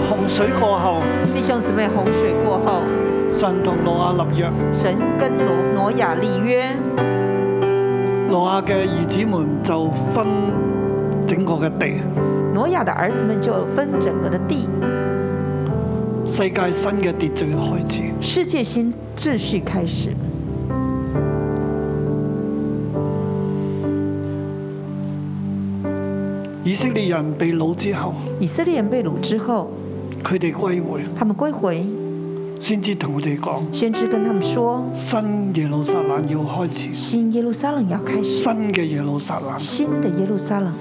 [SPEAKER 2] 洪水過後，
[SPEAKER 3] 弟兄姊妹，洪水过后，
[SPEAKER 2] 神同挪亞立約，
[SPEAKER 3] 神跟挪挪亚立约，
[SPEAKER 2] 挪亞嘅兒子們就分整個嘅地，
[SPEAKER 3] 挪亚的儿子们就分整个的地，
[SPEAKER 2] 世界新嘅秩序開始。
[SPEAKER 3] 世界新秩序开始。
[SPEAKER 2] 以色列人被掳之後，
[SPEAKER 3] 以色列人被掳之后，
[SPEAKER 2] 佢哋歸回，
[SPEAKER 3] 他们归回，
[SPEAKER 2] 先至同佢哋講：
[SPEAKER 3] 先知跟他们说，
[SPEAKER 2] 新耶路撒冷要開始，
[SPEAKER 3] 新耶路撒冷要开始，
[SPEAKER 2] 新嘅耶路撒冷。
[SPEAKER 3] 新的耶路撒冷。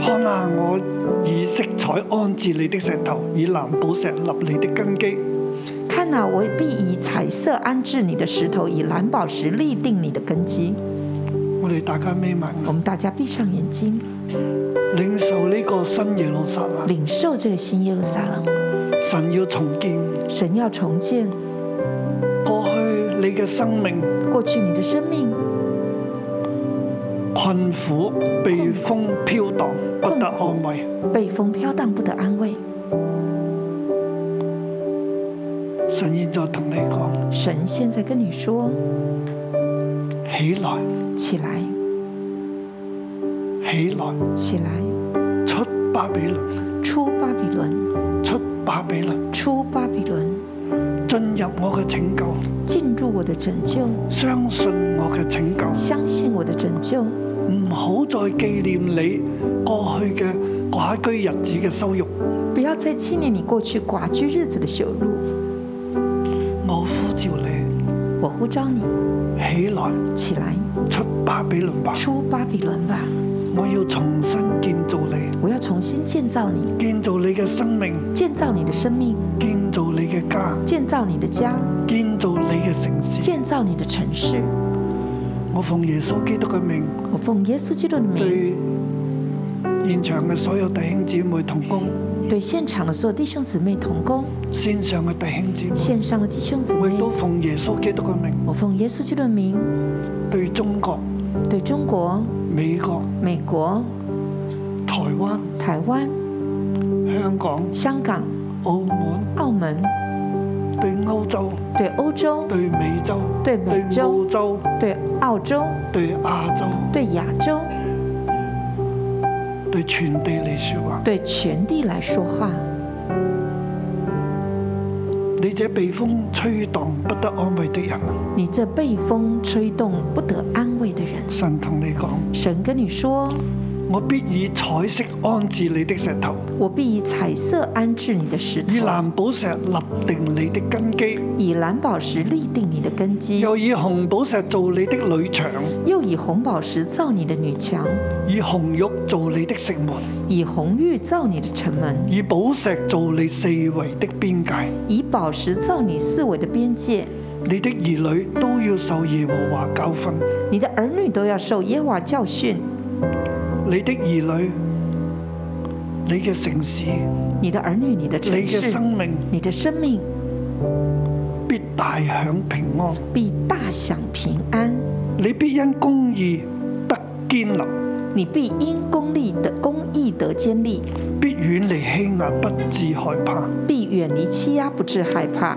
[SPEAKER 2] 看啊，我以色彩安置你的石頭，以藍寶石立你的根基。
[SPEAKER 3] 看呐、我必以彩色安置你的石头，以蓝宝石立定你的根基。
[SPEAKER 2] 我哋大家眯埋眼
[SPEAKER 3] 我们大家闭上眼睛，
[SPEAKER 2] 領受呢個新耶路撒冷，
[SPEAKER 3] 领受这个新耶路撒冷。
[SPEAKER 2] 神要重建
[SPEAKER 3] 神要重建
[SPEAKER 2] 過去你嘅生命
[SPEAKER 3] 过去你的生命
[SPEAKER 2] 困苦、被風飄蕩，不得安慰。
[SPEAKER 3] 被风飘荡，不得安慰。
[SPEAKER 2] 神現在同你講：
[SPEAKER 3] 神现在跟你说：
[SPEAKER 2] 起來，
[SPEAKER 3] 起来，
[SPEAKER 2] 起來，
[SPEAKER 3] 起来，
[SPEAKER 2] 出巴比倫，
[SPEAKER 3] 出巴比伦，
[SPEAKER 2] 出巴比倫，
[SPEAKER 3] 出巴比伦，
[SPEAKER 2] 進入我嘅拯救，
[SPEAKER 3] 进入我的拯救，
[SPEAKER 2] 相信我嘅拯救。
[SPEAKER 3] 相信我的拯救，
[SPEAKER 2] 唔好再紀念你過去嘅寡居日子嘅羞辱。
[SPEAKER 3] 不要再纪念你过去寡居日子的羞辱。
[SPEAKER 2] 我呼召你
[SPEAKER 3] 我呼召你
[SPEAKER 2] 起來，
[SPEAKER 3] 起来，
[SPEAKER 2] 出巴比倫吧！
[SPEAKER 3] 出巴比伦吧！
[SPEAKER 2] 我要重新建造你，
[SPEAKER 3] 我要重新建造你，
[SPEAKER 2] 建造你嘅生命，
[SPEAKER 3] 建造你的生命，
[SPEAKER 2] 建造你嘅家，
[SPEAKER 3] 建造你的家，
[SPEAKER 2] 建造你嘅城市。
[SPEAKER 3] 建造你的城市。
[SPEAKER 2] 我奉耶穌基督嘅名，
[SPEAKER 3] 我奉耶稣基督的名，
[SPEAKER 2] 對現場嘅所有弟兄姊妹同工，
[SPEAKER 3] 对现场的所有弟兄姊妹同工，
[SPEAKER 2] 線上嘅弟兄姊妹，
[SPEAKER 3] 线上的弟兄姊
[SPEAKER 2] 我亦
[SPEAKER 3] 妹
[SPEAKER 2] 都，奉耶穌基督嘅名，
[SPEAKER 3] 我奉耶稣基督的名，
[SPEAKER 2] 對中國、
[SPEAKER 3] 对中国、
[SPEAKER 2] 美國、
[SPEAKER 3] 美国、
[SPEAKER 2] 台灣、
[SPEAKER 3] 台湾、
[SPEAKER 2] 香港、
[SPEAKER 3] 香港、
[SPEAKER 2] 澳門、
[SPEAKER 3] 澳门、
[SPEAKER 2] 對歐洲。
[SPEAKER 3] 对欧洲、
[SPEAKER 2] 對美洲、
[SPEAKER 3] 對美洲
[SPEAKER 2] 澳洲、
[SPEAKER 3] 对澳洲、
[SPEAKER 2] 對亞洲、
[SPEAKER 3] 对亚洲、
[SPEAKER 2] 對全地嚟说話。
[SPEAKER 3] 对全地来说话。
[SPEAKER 2] 你這被風吹蕩不得安慰的人，
[SPEAKER 3] 你这被风吹动不得安慰的人，
[SPEAKER 2] 神同你講：
[SPEAKER 3] 神跟你说，
[SPEAKER 2] 我必以彩色安置你的石頭，
[SPEAKER 3] 我必以彩色安置你的石头
[SPEAKER 2] 以，藍寶石立定你的根基，
[SPEAKER 3] 以蓝宝石立定你的根基，
[SPEAKER 2] 又以紅寶石做你的女牆，
[SPEAKER 3] 又以红宝石造你的女墙，
[SPEAKER 2] 以紅玉做你的城門，
[SPEAKER 3] 以红玉造你的城门，
[SPEAKER 2] 以寶石做你四圍的邊界。
[SPEAKER 3] 以宝石造你四围的边界。
[SPEAKER 2] 你的兒女都要受耶和華教訓，
[SPEAKER 3] 你的儿女都要受耶和华教训，
[SPEAKER 2] 你的兒女，你嘅城市，
[SPEAKER 3] 你的儿女、你的
[SPEAKER 2] 你
[SPEAKER 3] 城
[SPEAKER 2] 嘅
[SPEAKER 3] 市、
[SPEAKER 2] 生命。
[SPEAKER 3] 你的生命
[SPEAKER 2] 必大享平安，
[SPEAKER 3] 必大享平安。
[SPEAKER 2] 你必因公義得堅立，
[SPEAKER 3] 你必因公利的公义得坚立，
[SPEAKER 2] 必遠離欺壓，不致害怕。
[SPEAKER 3] 必远离欺压，不致害怕。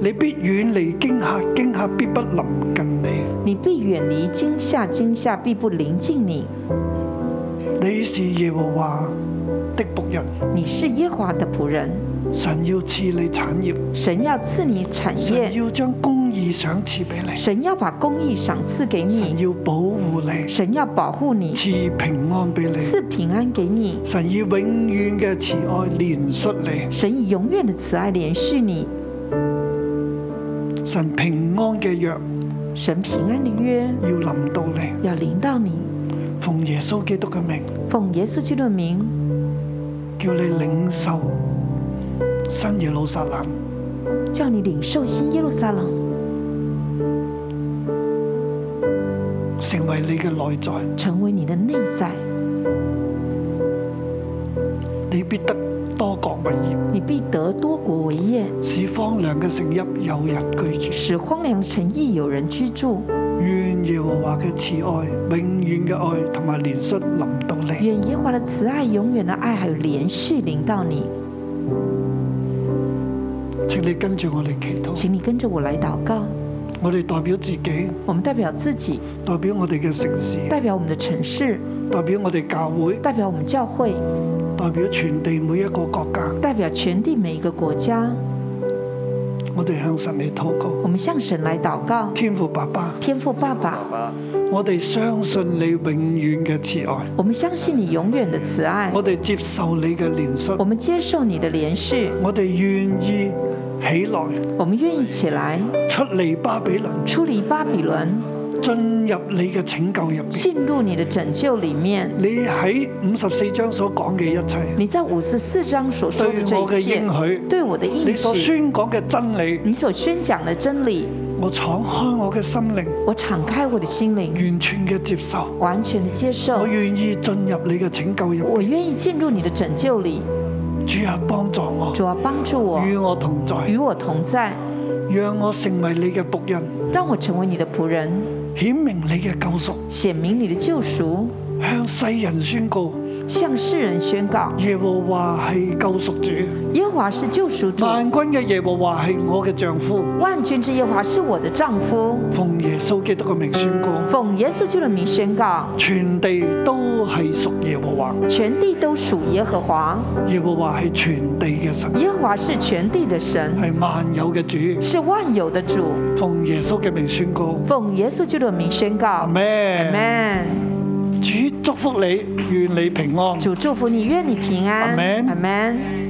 [SPEAKER 2] 你必遠離驚嚇，驚嚇必不臨近你。
[SPEAKER 3] 你必远离惊吓，惊吓必不临近你。
[SPEAKER 2] 你是耶和華的仆人，
[SPEAKER 3] 你是耶和华的仆人，
[SPEAKER 2] 神要賜你產業，
[SPEAKER 3] 神要赐你产
[SPEAKER 2] 神
[SPEAKER 3] 业，
[SPEAKER 2] 要將公義賞賜俾你，
[SPEAKER 3] 神要把公义赏赐给
[SPEAKER 2] 神
[SPEAKER 3] 你，
[SPEAKER 2] 要保護你，
[SPEAKER 3] 神要保护你，
[SPEAKER 2] 賜平安俾你。
[SPEAKER 3] 赐平安给你。
[SPEAKER 2] 神以永遠嘅慈愛憐恤你，
[SPEAKER 3] 神以永远的慈爱连续你，
[SPEAKER 2] 神平安嘅約
[SPEAKER 3] 神平安的约
[SPEAKER 2] 要臨到你。
[SPEAKER 3] 要临到你。
[SPEAKER 2] 奉耶穌基督嘅名。
[SPEAKER 3] 奉耶稣基督的名，
[SPEAKER 2] 叫你領受新耶路撒冷，
[SPEAKER 3] 叫你领受新耶路撒冷，
[SPEAKER 2] 成為你嘅內在，
[SPEAKER 3] 成为你的内在。
[SPEAKER 2] 你必得多國為業，
[SPEAKER 3] 你必得多国为业，
[SPEAKER 2] 使荒涼嘅城邑有人居住。
[SPEAKER 3] 使荒凉城邑有人居住。
[SPEAKER 2] 愿耶和華嘅慈愛、永遠嘅愛同埋憐恤臨到你。
[SPEAKER 3] 愿耶和华的慈爱、永远的爱还有连续领到你，
[SPEAKER 2] 請你跟住我哋祈禱。
[SPEAKER 3] 请你跟着我来祷告。
[SPEAKER 2] 我哋代表自己，
[SPEAKER 3] 我们代表自己，
[SPEAKER 2] 代表我哋嘅城市，
[SPEAKER 3] 代表我们的城市，
[SPEAKER 2] 代表我哋教會，
[SPEAKER 3] 代表我们教会，
[SPEAKER 2] 代表全地每一個國家。
[SPEAKER 3] 代表全地每一个国家。
[SPEAKER 2] 我哋向神嚟禱告，
[SPEAKER 3] 我们向神来祷告，
[SPEAKER 2] 天父爸爸，
[SPEAKER 3] 天父爸爸，
[SPEAKER 2] 我哋相信你永遠嘅慈愛，
[SPEAKER 3] 我们相信你永远的慈爱，
[SPEAKER 2] 我哋接受你嘅憐恤，
[SPEAKER 3] 我们接受你的连续，
[SPEAKER 2] 我哋願意起來
[SPEAKER 3] 我们愿意起来，
[SPEAKER 2] 出離巴比倫，
[SPEAKER 3] 出离巴比伦，
[SPEAKER 2] 進入你嘅拯救入邊。
[SPEAKER 3] 进入你的拯救里面。
[SPEAKER 2] 你喺五十四章所講嘅一切，
[SPEAKER 3] 你在五十四章所说的
[SPEAKER 2] 對我
[SPEAKER 3] 这
[SPEAKER 2] 嘅
[SPEAKER 3] 一切
[SPEAKER 2] 應許，
[SPEAKER 3] 对我的
[SPEAKER 2] 你
[SPEAKER 3] 应
[SPEAKER 2] 所
[SPEAKER 3] 许，
[SPEAKER 2] 宣講嘅真理，
[SPEAKER 3] 你所宣讲的真理，
[SPEAKER 2] 我敞開我嘅心靈，
[SPEAKER 3] 我敞开我的心灵，
[SPEAKER 2] 完全嘅接受。
[SPEAKER 3] 完全的接受
[SPEAKER 2] 我。願意進入你嘅拯救入
[SPEAKER 3] 我愿意進入你的拯救里，
[SPEAKER 2] 邊，主啊幫助我，
[SPEAKER 3] 主要帮助我，
[SPEAKER 2] 與我同在，
[SPEAKER 3] 与我同在，
[SPEAKER 2] 讓我成為你嘅仆人，
[SPEAKER 3] 让我成为你的仆人，
[SPEAKER 2] 顯明你嘅救贖，
[SPEAKER 3] 显明你的救赎，
[SPEAKER 2] 向世人宣告
[SPEAKER 3] 向世人宣告：
[SPEAKER 2] 耶和華係救贖主，
[SPEAKER 3] 耶和华是救赎主，
[SPEAKER 2] 萬軍嘅耶和華係我嘅丈夫。
[SPEAKER 3] 万军之耶和华是我的丈夫。
[SPEAKER 2] 奉耶穌基督嘅名宣告，
[SPEAKER 3] 奉耶稣基督的名宣告，
[SPEAKER 2] 全地都係屬耶和華，
[SPEAKER 3] 全地都属耶和华，
[SPEAKER 2] 耶和華係全地嘅神，
[SPEAKER 3] 耶和华是全地的神，
[SPEAKER 2] 係萬有嘅主。
[SPEAKER 3] 是万有的主。
[SPEAKER 2] 奉耶穌嘅名宣告，
[SPEAKER 3] 奉耶稣基督的名宣告
[SPEAKER 2] 阿咩？
[SPEAKER 3] ，Amen。
[SPEAKER 2] 主祝福你，願你平安。
[SPEAKER 3] 主祝福你，愿你平安
[SPEAKER 2] Amen
[SPEAKER 3] ，Amen。